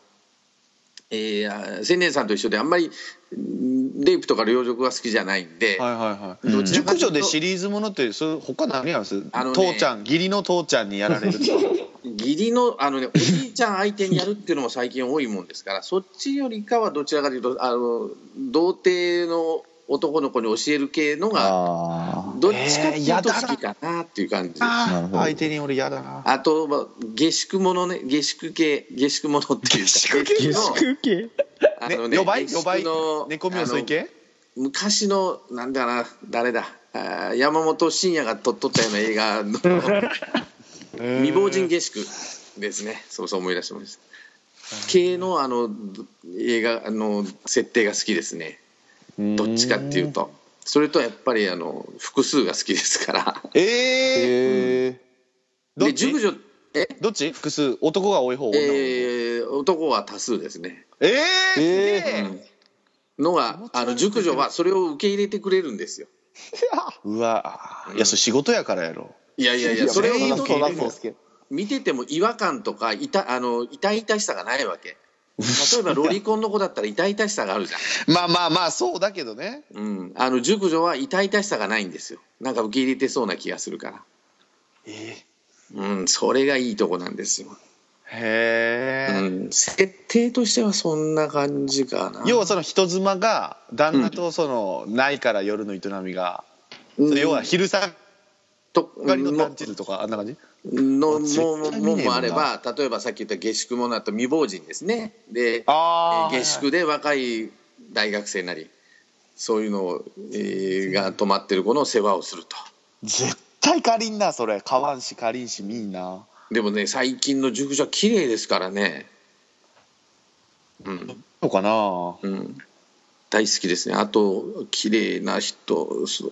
Speaker 2: えーあ千年さんと一緒であんまりうんレイプとか両辱が好きじゃないんで。
Speaker 1: いは
Speaker 2: どちらか
Speaker 1: 熟
Speaker 2: というと
Speaker 1: 女でシリーズものってそう他何やるんです
Speaker 2: あのね
Speaker 1: 父ちゃん義理の父ちゃんにやられ ると
Speaker 2: 義理のあの、ね、おじいちゃん相手にやるっていうのも最近多いもんですからそっちよりかはどちらかというとあの童貞の男の子に教える系のが
Speaker 4: あ
Speaker 2: どっちかっていうと
Speaker 1: えー
Speaker 2: 好きかなっていう感じ、
Speaker 4: ーな
Speaker 1: あ
Speaker 4: るほ
Speaker 1: あ
Speaker 4: ど
Speaker 1: 相手に俺嫌だな
Speaker 2: あと、まあ、下宿ものね下宿系下宿ものっていうか
Speaker 1: 下宿系
Speaker 4: あ
Speaker 2: 下宿の
Speaker 4: 系
Speaker 2: あ
Speaker 1: ね
Speaker 2: の
Speaker 1: 予売
Speaker 2: 下
Speaker 1: 予
Speaker 2: 宿の
Speaker 1: 売猫みをすい
Speaker 2: あ
Speaker 1: 系
Speaker 2: の昔のなんだな誰だあー山本慎也が撮っとったような映画 の未亡人下宿ですねそうそう思い出してました系のあの映画あの設定が好きですねどっちかっていうとそれとやっぱりあの複数が好きですから
Speaker 1: ええ
Speaker 4: へえ
Speaker 1: どっ
Speaker 2: で
Speaker 1: ち
Speaker 2: 熟女え
Speaker 1: どっち複数男が多い方女が多い方
Speaker 2: えー男は多数ですね
Speaker 1: えーすげ
Speaker 2: う
Speaker 1: え
Speaker 2: んのがあの熟女はそれを受け入れてくれるんですよ
Speaker 1: うわいやそれ仕事やからやろ
Speaker 2: いやいやいやそれを
Speaker 1: 全員
Speaker 2: 見
Speaker 1: の
Speaker 2: て
Speaker 1: そらそ
Speaker 2: て
Speaker 1: うで
Speaker 2: も
Speaker 1: すけど
Speaker 2: 見てても違和感とか痛あの痛々しさがない わけ例えばロリコンの子だったら痛々しさがあるじゃん
Speaker 1: まあまあまあそうだけどね
Speaker 2: うん、あの熟女は痛々しさがないんですよなんか受け入れてそうな気がするからうんそれがいいとこなんですよ、
Speaker 1: へえ
Speaker 2: うん、設定としてはそんな感じかな
Speaker 1: 要はその人妻が旦那とそのないから夜の営みが、それ要は昼さ
Speaker 2: と
Speaker 1: 光のパンチズとかあんな感じ
Speaker 2: の
Speaker 1: あ絶
Speaker 2: もも
Speaker 1: 対
Speaker 2: も
Speaker 1: 見ねえ
Speaker 2: も
Speaker 1: もんな
Speaker 2: あれば例えばさっき言った下宿ものだと未亡人ですねで、え
Speaker 1: あ
Speaker 2: ー下宿で若い大学生なりそういうのを、えーが泊まってる子の世話をすると
Speaker 1: 絶対かりんなそれかわんしかりんしみんな
Speaker 2: でもね最近の熟女は綺麗ですからねうん
Speaker 1: そうかな
Speaker 2: うん大好きですねあと綺麗な人そう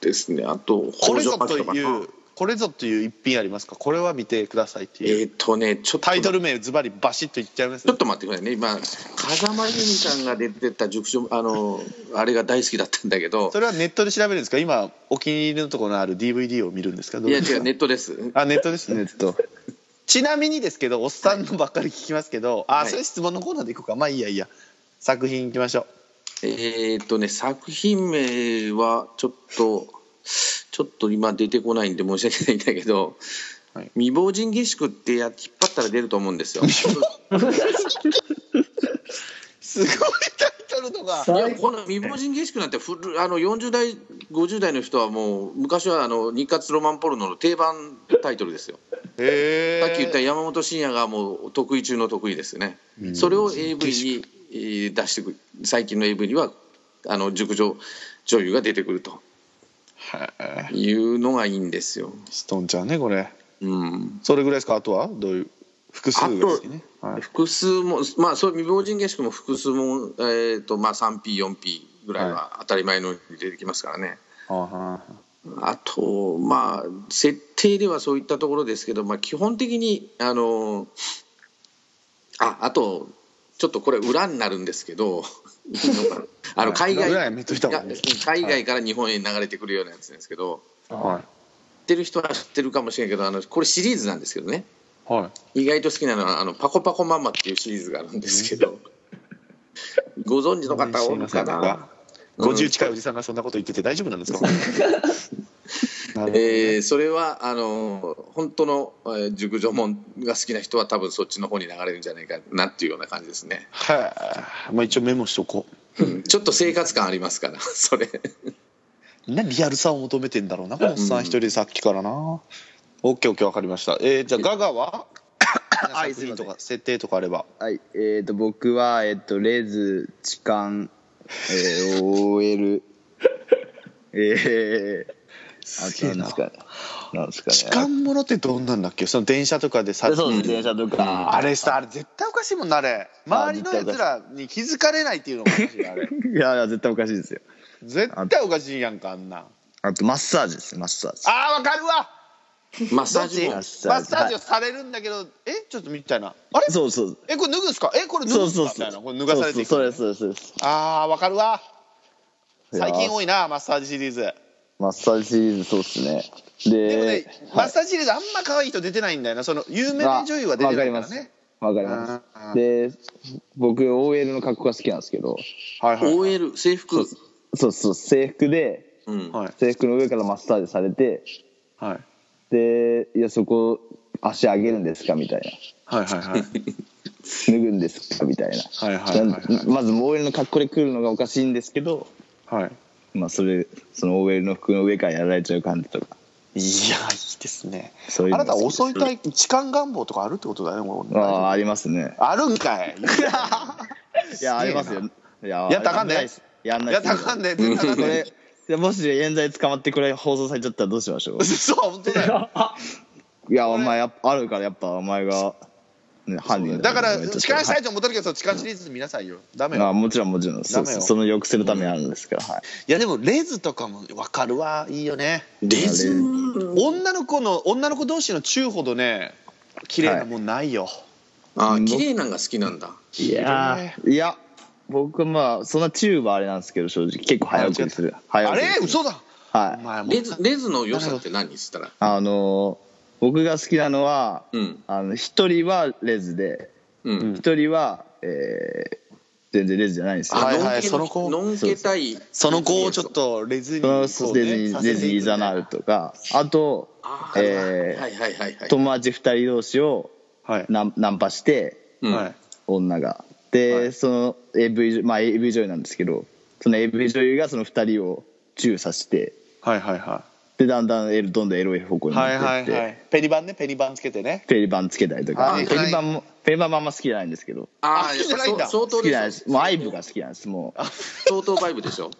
Speaker 2: ですねあと
Speaker 1: これ
Speaker 2: 北条
Speaker 1: ぞ
Speaker 2: パキ
Speaker 1: と
Speaker 2: かな
Speaker 1: いうこれぞという一品ありますかこれは見てくださいって
Speaker 2: え
Speaker 1: いう、
Speaker 2: ーっとねちょっと
Speaker 1: タイトル名ズバリバシッと言っちゃいます
Speaker 2: ちょっと待ってくださいね今風間由美さんが出てた熟女あのあれが大好きだったんだけど
Speaker 1: それはネットで調べるんですか今お気に入りのところのある DVD を見るんですかど
Speaker 2: いや
Speaker 1: ですか
Speaker 2: 違うネットです
Speaker 1: あネットですねちなみにですけどおっさんのばっかり聞きますけど、
Speaker 2: は
Speaker 1: あ
Speaker 2: い
Speaker 1: それ質問のコーナーでいこうかまあいいやいいや作品いきましょ
Speaker 2: えーっとね作品名はちょっとちょっと今出てこないんで申し訳ないんだけど、
Speaker 1: はい
Speaker 2: 未亡人下宿ってや引っ張ったら出ると思うんですよ。
Speaker 1: うすごいタイトルとか
Speaker 2: いやこの未亡人下宿なんて古あの40代50代の人はもう昔はあの日活ロマンポルノの定番タイトルですよ。
Speaker 1: へえ
Speaker 2: さっき言った山本慎也がもう得意中の得意ですよね、それを AV にえー出してくる最近の AV にはあの熟女女優が出てくると
Speaker 1: はい
Speaker 2: いうのがいいんですよ、
Speaker 1: ストーンちゃんねこれ
Speaker 2: うん、
Speaker 1: それぐらいですかあとはどういう複数が好きねはい
Speaker 2: 複数もまあそう未亡人下宿も複数も、えーとまあ、3P4P ぐらいは当たり前のように出てきますからね、
Speaker 1: あは
Speaker 2: あとまあ設定ではそういったところですけど、まあ、基本的にあのああとちょっとこれ裏になるんです けどいいのかなあの海外
Speaker 1: 裏やめといた
Speaker 2: い
Speaker 1: 方
Speaker 2: や
Speaker 1: がいい
Speaker 2: 海外から日本へ流れてくるようなやつなんですけど
Speaker 1: は
Speaker 2: 知ってる人は知ってるかもしれないけどあのこれシリーズなんですけどね
Speaker 1: いは
Speaker 2: 意外と好きなのはあの「パコパコママ」っていうシリーズがあるんですけ どご存知の
Speaker 1: い
Speaker 2: 方多いかな。
Speaker 1: うん50近いおじさんがそんなこと言ってて大丈夫なんですか なるほどね
Speaker 2: えーそれはあのー本当の、えー熟女もんが好きな人は多分そっちの方に流れるんじゃないかなっていうような感じですね、
Speaker 1: はいまあ一応メモしとこ
Speaker 2: うんちょっと生活感ありますから それ
Speaker 1: うみんなリアルさを求めてんだろうなこのおっさん
Speaker 2: うん
Speaker 1: 一人でさっきからな OKOK 分かりましたえーじゃあガガ は
Speaker 4: はい
Speaker 1: 作品とか設定とかあれば
Speaker 4: はい、えっ、と、僕は、えっ、と、レズ、痴漢、えー、OL、えー、あと、なんですかね。なんですかね。
Speaker 1: 痴漢ものってどんなんだっけその電車とかでさ
Speaker 4: そうです、電車とか。
Speaker 1: あれさあれ絶対おかしいもんなあれ周りのやつらに気づかれないっていうのがおかしいよあれ
Speaker 4: いやいや、絶対おかしいですよ。
Speaker 1: 絶対おかしいやんかあんなん
Speaker 4: あと、マッサージです、マッサージ。
Speaker 1: あーわかるわ
Speaker 2: マッサー
Speaker 1: ど
Speaker 2: ジも
Speaker 1: っ
Speaker 4: マッ
Speaker 1: ち
Speaker 4: サージ
Speaker 1: マッサージをされるんだけど、えちょっとみたいなあれ
Speaker 4: そうそう。
Speaker 1: えこれ脱ぐんすかえこれ脱ぐ
Speaker 4: そ
Speaker 1: ん
Speaker 4: う
Speaker 1: すかみた
Speaker 4: そうそ
Speaker 1: い
Speaker 4: う。
Speaker 1: なこれ脱がされていく
Speaker 4: そうです、そうですそうです。
Speaker 1: あーわかるわ最近
Speaker 4: いや
Speaker 1: 多いなマッサージシリーズ
Speaker 4: マッサージシリーズ、そうですね。で、
Speaker 1: でもね、マ
Speaker 4: は
Speaker 1: ッ
Speaker 4: い
Speaker 1: サージシリーズあんま可愛い人出てないんだよなその有名な女優は出てないからね
Speaker 4: わかりま
Speaker 1: あー
Speaker 4: す。で、僕、OL の格好が好きなんですけど、
Speaker 1: はいはい
Speaker 2: OL 制服
Speaker 4: そうそう、制服で、
Speaker 2: うん
Speaker 1: はい
Speaker 4: 制服の上からマッサージされて、
Speaker 1: はい
Speaker 4: で、いや、そこ、足上げるんですかみたい な。
Speaker 1: はいはいはい
Speaker 4: 脱ぐんですかみたいな。
Speaker 1: はいはいはいはい
Speaker 4: なんまず、OL の格好で来るのがおかしいんですけど、
Speaker 1: はい
Speaker 4: まあ、それ、その OL の服の上からやられちゃう感じとか。
Speaker 1: いやいいですね
Speaker 4: そういう
Speaker 1: あ
Speaker 4: の
Speaker 1: な
Speaker 4: が
Speaker 1: た
Speaker 4: 好きです
Speaker 1: 遅いタイプ痴漢願望とかあるってことだねもう
Speaker 4: ああ、ありますね。
Speaker 1: あるんか い
Speaker 4: いや、ありますよ。いや
Speaker 1: やったらあかんで
Speaker 4: やんないっすやん
Speaker 1: い
Speaker 4: ないっ
Speaker 1: や
Speaker 4: す
Speaker 1: たかんね絶対あかん
Speaker 4: こ
Speaker 1: ね、
Speaker 4: れいやもし冤罪捕まってこれ放送されちゃったらどうしましょう
Speaker 1: そう本当だよ
Speaker 4: いや、お前やっぱ、あるから、やっぱ、お前が、ね、犯人
Speaker 1: だから
Speaker 4: よ
Speaker 1: 痴漢したいと思ってるけどその痴漢シリーズ見なさいよダメ
Speaker 4: はいあ
Speaker 1: よ
Speaker 4: もちろん、もちろん。そう
Speaker 1: ダメよ
Speaker 4: その抑制のためにあるんですから、はい。
Speaker 1: いやでもレズとかも分かるわいいよね
Speaker 2: レズ
Speaker 1: 女の子の女の子同士の中ほどね綺麗なもんないよ、
Speaker 2: あー綺麗なんが好きなんだ
Speaker 4: いやーいや、僕はまあ、そんなチューはあれなんですけど、正直。結構早送りする。早
Speaker 1: あ
Speaker 4: 送り
Speaker 1: れ
Speaker 4: する
Speaker 1: 嘘だお
Speaker 4: はい。
Speaker 1: 前も
Speaker 2: レズレズの良さって何っつったら
Speaker 4: あのー、僕が好きなのは、
Speaker 2: うん
Speaker 4: あの、一人はレズで、
Speaker 2: うん、
Speaker 1: ん
Speaker 4: 一人は、えー、全然レズじゃないんですよ。
Speaker 2: あ
Speaker 1: はい
Speaker 2: のん
Speaker 1: はい
Speaker 2: け
Speaker 1: その子
Speaker 2: のんけ対
Speaker 1: その子をちょっとレズに
Speaker 4: そ
Speaker 1: こ
Speaker 4: の
Speaker 1: う
Speaker 4: デ
Speaker 1: ね
Speaker 4: ィズニー、
Speaker 1: させ
Speaker 4: ディズ
Speaker 1: て
Speaker 4: ニー
Speaker 1: いく
Speaker 4: ザナールとか、あと、
Speaker 2: あー、
Speaker 4: えー
Speaker 2: はいはいはいはい
Speaker 4: 友達二人同士を
Speaker 1: はい、
Speaker 4: ナンナンパして、
Speaker 2: うん
Speaker 1: はい
Speaker 4: 女が。で、
Speaker 1: はい
Speaker 4: その AV、まあ AV 女優なんですけど、その AV 女優がその二人をチューさせて、
Speaker 1: はいはいは
Speaker 4: でだんだんエロどんどんエロい方向に
Speaker 1: は
Speaker 4: ないっ
Speaker 1: は
Speaker 4: てっ
Speaker 1: い
Speaker 4: て、
Speaker 1: はいペリバンねペリバンつけてね
Speaker 4: ペリバンつけたりとか、
Speaker 1: はい
Speaker 4: ペリバンもペリバンもあんま好きじゃないんですけど
Speaker 2: あ
Speaker 1: あ
Speaker 2: あ
Speaker 1: 好きじゃないんだ
Speaker 2: 相
Speaker 4: 好
Speaker 2: 当
Speaker 4: きじゃないで
Speaker 2: ですす
Speaker 4: もうアイブが好きなんですも
Speaker 2: 相当バイブでしょ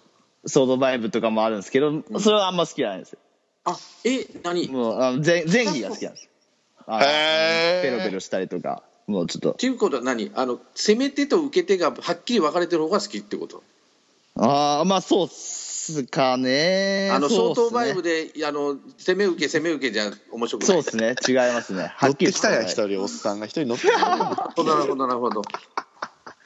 Speaker 4: うソードバイブとかもあるんですけどそれはあんま好きじゃないんですよ
Speaker 2: あえ何っ
Speaker 4: もうあの前前儀が好きなんですよあの
Speaker 1: へー
Speaker 4: ペロペロしたりとかもうちょっと
Speaker 2: ていうことは何あの攻め手と受け手がはっきり分かれてる方が好きってこと
Speaker 4: ああまあそうっすかね
Speaker 2: あの
Speaker 4: そ
Speaker 2: 相
Speaker 4: うっすね
Speaker 2: 当バイブであの攻め受け攻め受けじゃ面白くない
Speaker 4: そうですね違いま すねは
Speaker 1: 乗
Speaker 4: っ
Speaker 1: っ
Speaker 4: き
Speaker 1: て
Speaker 4: り
Speaker 1: きたや
Speaker 4: し
Speaker 1: 一
Speaker 4: てない
Speaker 1: 人おっさんが一人乗って
Speaker 2: なるほどなるほど
Speaker 1: き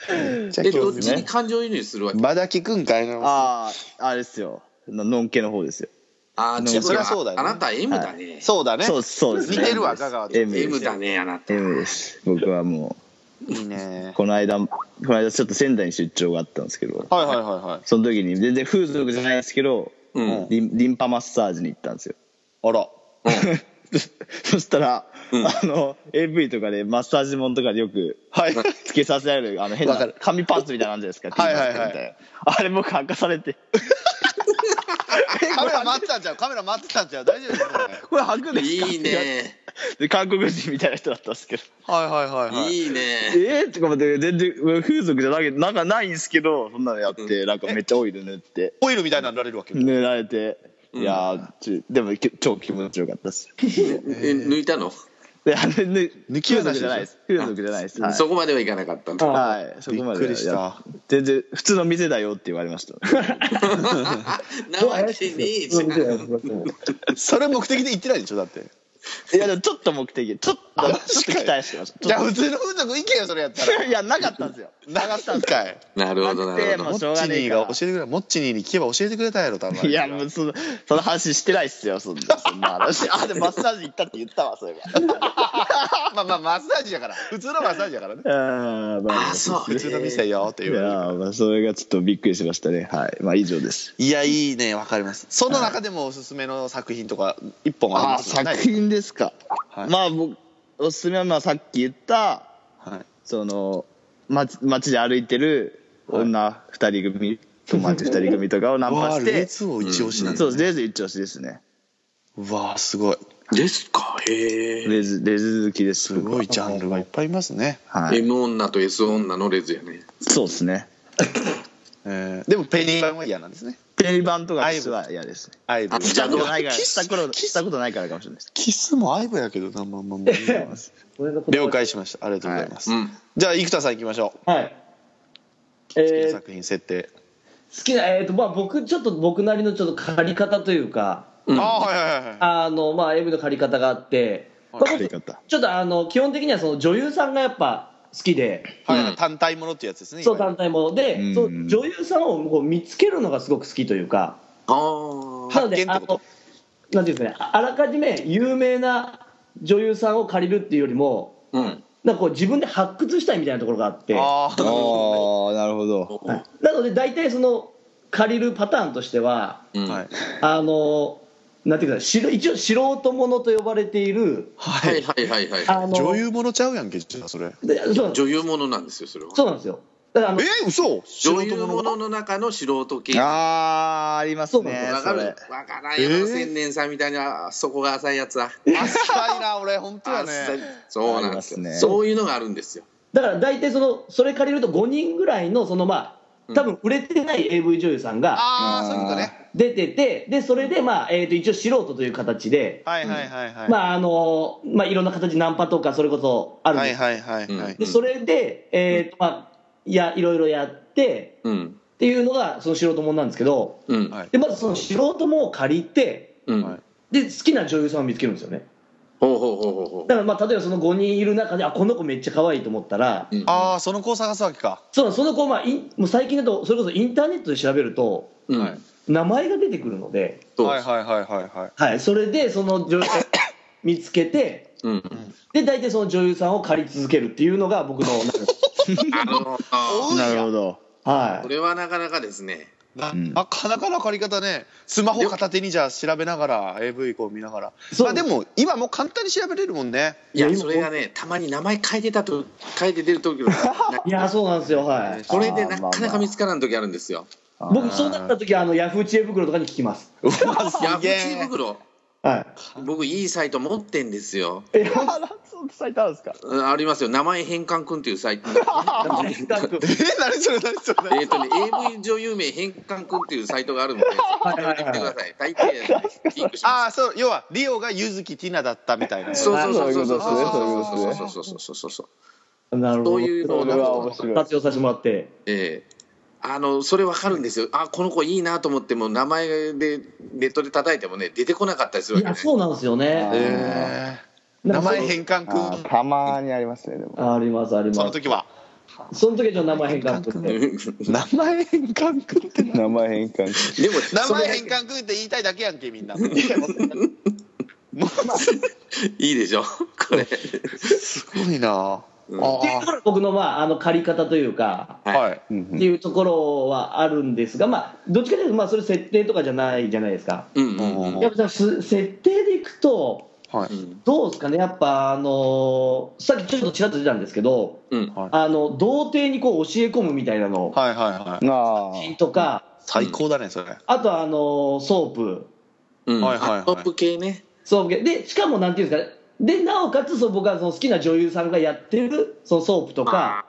Speaker 1: た
Speaker 2: え
Speaker 1: えど
Speaker 2: どっ
Speaker 1: っ
Speaker 2: ち
Speaker 1: ち
Speaker 2: に
Speaker 1: に
Speaker 2: 感情移入するわけ
Speaker 1: まだ聞くんかいな
Speaker 4: あああれですよののんけの方ですよ
Speaker 2: あー
Speaker 4: でも
Speaker 2: 違う
Speaker 1: そりゃそうだよ
Speaker 2: あ
Speaker 1: ね
Speaker 2: なた M だね、
Speaker 1: そうだね
Speaker 4: そうですそうです
Speaker 1: 似てるわ香川と
Speaker 4: M です
Speaker 2: M だねあなた
Speaker 4: M です僕はも
Speaker 1: いいね
Speaker 4: うこの間この間ちょっと仙台に出張があったんですけど
Speaker 1: はいはいはいはい
Speaker 4: その時に全然風俗じゃないですけど、
Speaker 2: うん
Speaker 4: リンリンパマッサージに行ったんですよ
Speaker 1: あら
Speaker 4: そしたら、
Speaker 2: うん
Speaker 4: あの AV とかでマッサージもんとかでよく
Speaker 1: はい
Speaker 4: つけさせられるあの変
Speaker 1: わ
Speaker 4: な
Speaker 1: かる
Speaker 4: 紙パンツみたいなのあるじゃないですか
Speaker 1: はいはいはい
Speaker 4: T パンツみたいなあれ僕履かされて
Speaker 1: カメラ待ってたんちゃうカメラ待ってたんちゃう大丈夫ですかね
Speaker 4: これ履くんですか
Speaker 2: いいね
Speaker 4: で韓国人みたいな人だったんですけど
Speaker 1: はいはいはいはい
Speaker 2: いいね
Speaker 4: えー、とか待って全然風俗じゃなくなんかないんですけどそんなのやって、なんかめっちゃオイル塗って
Speaker 1: オイルみたいになの塗られるわけ
Speaker 4: 塗られて、
Speaker 2: うん
Speaker 4: いやーちでもき超気持ちよかったです
Speaker 2: え抜いたの、
Speaker 4: であれ ね
Speaker 1: 抜き
Speaker 4: 風
Speaker 1: 話でし
Speaker 4: 俗
Speaker 1: ょ
Speaker 4: じゃないです風俗じゃないですはい
Speaker 2: そこまではいかなかったんだ
Speaker 4: はい、そこまで
Speaker 1: びっくりした
Speaker 4: 全然普通の店だよって言われました
Speaker 2: なわけねえじゃん
Speaker 1: それ目的で行ってないでしょだって
Speaker 4: いやでもちょっと目的ちょっと
Speaker 1: あ
Speaker 4: ちょっと期待してました
Speaker 1: じ
Speaker 4: ち
Speaker 1: ゃあ
Speaker 4: ょっ
Speaker 1: 普通の風俗行けよそれやったら
Speaker 4: といやなかったんですよ
Speaker 1: 長すんかい
Speaker 2: なるほどなるほ
Speaker 4: ま
Speaker 1: モ
Speaker 4: あ
Speaker 1: ッ
Speaker 4: しょうが
Speaker 1: チ
Speaker 4: ね
Speaker 1: ニー
Speaker 4: えから
Speaker 1: が教えてくれモッチニーに聞けば教えてくれたやろ多分
Speaker 4: いやもうそのその話してないっすよそんなそんな 話あでもマッサージ行ったって言ったわそういえ
Speaker 1: まあまあマッサージやから普通のマッサージやからね
Speaker 4: ばあー、ま
Speaker 2: どあそう
Speaker 1: 普通の店よって
Speaker 4: い
Speaker 1: 言われる
Speaker 4: やーまあそれがちょっとびっくりしましたねはいまあ以上です
Speaker 1: いやいいねわかりますその中でもおすすめの作品とか一本あり
Speaker 4: あ
Speaker 1: ま
Speaker 4: あ
Speaker 1: す
Speaker 4: 作品ですか、
Speaker 1: はい
Speaker 4: まあ僕おすすめはまあさっき言った
Speaker 1: はい
Speaker 4: その街街で歩いてる女二人組、友達二人組とかをナン
Speaker 1: わ
Speaker 4: パ
Speaker 1: あ
Speaker 4: し
Speaker 1: レ
Speaker 4: て
Speaker 1: ズを一押しなんだ
Speaker 4: そうですレズ一押しですね
Speaker 1: うわあすごい
Speaker 2: ですかへえ
Speaker 4: レズレズ好きです
Speaker 1: すごいジャンルがいっぱいいますね
Speaker 4: はい
Speaker 2: M 女と S 女のレズやね
Speaker 4: そうですね
Speaker 1: えーでもペニー版は嫌なんですね
Speaker 4: テレビ版とか私は嫌ですね
Speaker 1: アイブ
Speaker 2: あ
Speaker 4: し
Speaker 2: じゃ
Speaker 4: た
Speaker 2: あ
Speaker 4: ことないから
Speaker 1: キ
Speaker 4: し
Speaker 1: ス
Speaker 4: たことしたことないからかもしれないです
Speaker 1: キスもアイブやけどなまあまあまあいいな 了解しましたありがとうございます、
Speaker 2: うん
Speaker 1: じゃあ生田さん行きましょう
Speaker 3: はい
Speaker 1: 好きな
Speaker 3: えー、好
Speaker 1: 作品設定、
Speaker 3: きな、えーとまあ、僕ちょっと僕なりのちょっと借り方というか
Speaker 2: うん
Speaker 1: ああはいはいはいはい
Speaker 3: あの、まあ、MV の借り方があって、
Speaker 1: はい
Speaker 3: まあ
Speaker 4: 借り方
Speaker 3: ちょっとあの基本的にはその女優さんがやっぱ好きで、
Speaker 1: はいはい単体ものっていうやつですね
Speaker 3: そう
Speaker 1: いわ
Speaker 3: 単体もので、
Speaker 4: うん
Speaker 3: そう女優さんをこう見つけるのがすごく好きというか、
Speaker 2: あー
Speaker 3: なので
Speaker 1: 発見ってこと
Speaker 3: あのなんていうんですかねああらかじめ有名な女優さんを借りるっていうよりも
Speaker 2: うん
Speaker 3: なんかこう自分で発掘したいみたいなところがあって
Speaker 1: ゆるあ
Speaker 4: ああ
Speaker 1: ー
Speaker 4: ーなるほど
Speaker 3: はいなので大体その借りるパターンとしては
Speaker 2: うん
Speaker 1: はい
Speaker 3: あのなんていうかしろ一応素人ものと呼ばれている
Speaker 1: は
Speaker 2: はい
Speaker 1: い
Speaker 2: はいはいはい
Speaker 3: あの
Speaker 1: 女優ものちゃうやんけ実はそれえ
Speaker 3: でそうなんです
Speaker 2: 女優ものなんですよそれは
Speaker 3: そうなんですよだからあの
Speaker 1: 嘘素
Speaker 2: 女
Speaker 1: 人も
Speaker 2: 優も
Speaker 1: の
Speaker 2: のの中の素人系わ
Speaker 4: あああります
Speaker 3: そう
Speaker 4: ね
Speaker 3: な
Speaker 2: か
Speaker 4: そ
Speaker 2: る
Speaker 4: れ
Speaker 2: わからんよ、
Speaker 1: えー
Speaker 2: 千年さんみたいなそこが浅いやつは
Speaker 1: 浅いな俺本当や
Speaker 2: 浅い
Speaker 1: ね
Speaker 2: そうなんですよ
Speaker 4: ありますね
Speaker 2: そういうのがあるんですよ
Speaker 3: だから大体そのそれ借りると5人ぐらいのそのまあ多分売れてない AV 女優さんが
Speaker 1: ああそういうことね
Speaker 3: 出ててでそれでまあえーと一応素人という形で
Speaker 1: はいはいはいはい
Speaker 3: まああのまあいろんな形ナンパとかそれこそあるん
Speaker 1: は
Speaker 3: で
Speaker 1: い
Speaker 3: す
Speaker 1: はいはいは
Speaker 2: うん
Speaker 1: い
Speaker 3: でそれでえーとまあいやいろいろやって
Speaker 2: うん
Speaker 3: っていうのがその素人もんなんですけど
Speaker 2: うん
Speaker 1: はい
Speaker 3: でまずその素人もんを借りて
Speaker 2: うん
Speaker 1: はい
Speaker 3: で好きな女優さんを見つけるんですよね
Speaker 2: ほうほうほうほうほう
Speaker 3: だからまあ例えばその5人いる中であこの子めっちゃ可愛いと思ったら
Speaker 2: うん
Speaker 1: ああその子を探すわけか
Speaker 3: そうその子まあインもう最近だとそれこそインターネットで調べると
Speaker 2: うん
Speaker 1: はい
Speaker 3: 名前が出てくるので、
Speaker 2: そう
Speaker 1: はいはいはいはいはい
Speaker 3: はい、それでその女優さん見つけて
Speaker 2: うん
Speaker 3: で大体その女優さんを借り続けるっていうのが僕のなんか
Speaker 2: あの
Speaker 1: おう
Speaker 4: なる ほど
Speaker 3: は
Speaker 2: これはなかなかですね
Speaker 1: な
Speaker 4: うん
Speaker 1: なかなかの借り方ねスマホ片手にじゃあ調べながら AV こう見ながら
Speaker 3: そう
Speaker 1: まあでも今もう簡単に調べれるもん ね
Speaker 2: いやそれがねたまに名前書いてたと書いて出る時が
Speaker 3: いいやそうなんですよはい
Speaker 2: これでなかなか見つからん時あるんですよ
Speaker 4: あー
Speaker 3: 僕そうなった時はあのヤフー知恵袋とかに聞きます
Speaker 1: うわす
Speaker 2: ヤフ
Speaker 1: げ
Speaker 2: ー知恵
Speaker 1: え
Speaker 2: 袋
Speaker 3: は
Speaker 2: 僕いいサイト持ってんですよ
Speaker 4: え、ハラツのサイトあるんですか
Speaker 2: うんありますよ名前変換くんっていうサイト
Speaker 3: い。変換くん
Speaker 1: え何それ何それ
Speaker 2: えっとね AV 女優名変換くんっていうサイトがあるのでそこから行ってください大抵やつでクリックします
Speaker 1: ああそう要はリオがゆずきティナだったみたいな
Speaker 2: そうそうそうそうそう
Speaker 1: あーそういうことですね
Speaker 2: そうそうそうそうそうそうそう
Speaker 3: なるほど。
Speaker 2: そういうの
Speaker 4: それは面白い。
Speaker 3: 活用させてもらって。
Speaker 2: ええあのそれわかるんですよあこの子いいなと思っても名前でネットで叩いてもね出てこなかったりする
Speaker 3: い
Speaker 2: わけ
Speaker 3: や、
Speaker 2: ね
Speaker 3: そうなんですよ
Speaker 4: あ
Speaker 3: ね。
Speaker 1: えー
Speaker 3: な
Speaker 1: 名
Speaker 3: んか
Speaker 1: 前変換く
Speaker 4: あー
Speaker 1: ん
Speaker 4: たまにありますね、でも。
Speaker 3: あります、あり
Speaker 1: その
Speaker 3: ます。
Speaker 1: 時は
Speaker 3: その時はちょっと名前変換くんで。
Speaker 1: 名前変換くんって
Speaker 4: 名前変換。
Speaker 2: でも
Speaker 1: 名
Speaker 2: それ
Speaker 1: 前変換くんって言いたいだけやんけみんなもう
Speaker 2: いいでしょこれ
Speaker 1: すごいな、
Speaker 2: うん
Speaker 1: あ
Speaker 3: 僕の、まあ、あの、借り方というか、
Speaker 1: あはい
Speaker 4: うんう
Speaker 3: っ
Speaker 4: ん
Speaker 3: ていうところはあるんですが、まあ、どっちかというと、まあ、それ設定とかじゃないじゃないですか。
Speaker 2: うんうんうん
Speaker 1: うん
Speaker 3: やっぱす設定でいくと、
Speaker 1: はい
Speaker 2: うん
Speaker 3: どうですかね、やっぱ、あのさっきちょっとちらっと出たんですけど、
Speaker 2: うん
Speaker 3: あの童貞にこう教え込むみたいなの
Speaker 1: はいはいはい
Speaker 4: あ
Speaker 3: とか、
Speaker 1: 最高だねそれ、
Speaker 3: あとはあのソープ、
Speaker 2: うん
Speaker 1: はいはいはい
Speaker 2: トップ系ね
Speaker 3: ソープで、しかもなんていうんですかね、でなおかつそう僕はその好きな女優さんがやってるそのソープとか、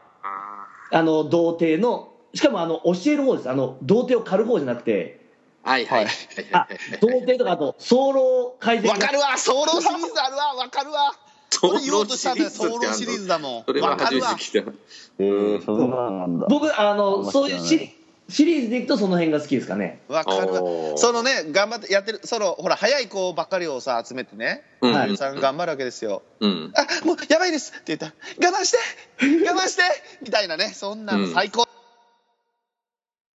Speaker 3: あの童貞の、しかもあの教える方です、あの童貞を狩る方じゃなくて、
Speaker 2: はいはい
Speaker 1: はい
Speaker 3: あ童貞とか、あと、早漏改善
Speaker 1: わかるわソロシリーズあるわわかるわ
Speaker 2: ソ
Speaker 1: 俺言おうとしたんだよソロシリーズだも
Speaker 2: それ
Speaker 1: ん
Speaker 2: は
Speaker 1: わか
Speaker 2: 初
Speaker 1: る
Speaker 2: めて
Speaker 1: わ
Speaker 2: 聞いた
Speaker 4: えー、そんななんだ。
Speaker 3: 僕あ
Speaker 4: あん
Speaker 3: の
Speaker 4: ま
Speaker 3: そういうシリシリーズでいくとその辺が好きですかね。
Speaker 1: わかる
Speaker 2: お
Speaker 1: わ
Speaker 2: ー
Speaker 1: そのね頑張ってやってるソロほら早い子ばっかりをさ集めてね
Speaker 2: うん
Speaker 3: はい
Speaker 1: 皆さん頑張るわけですよ
Speaker 2: うん
Speaker 1: あもうやばいですって言ったら我慢して我慢してみたいなねそんなの最高、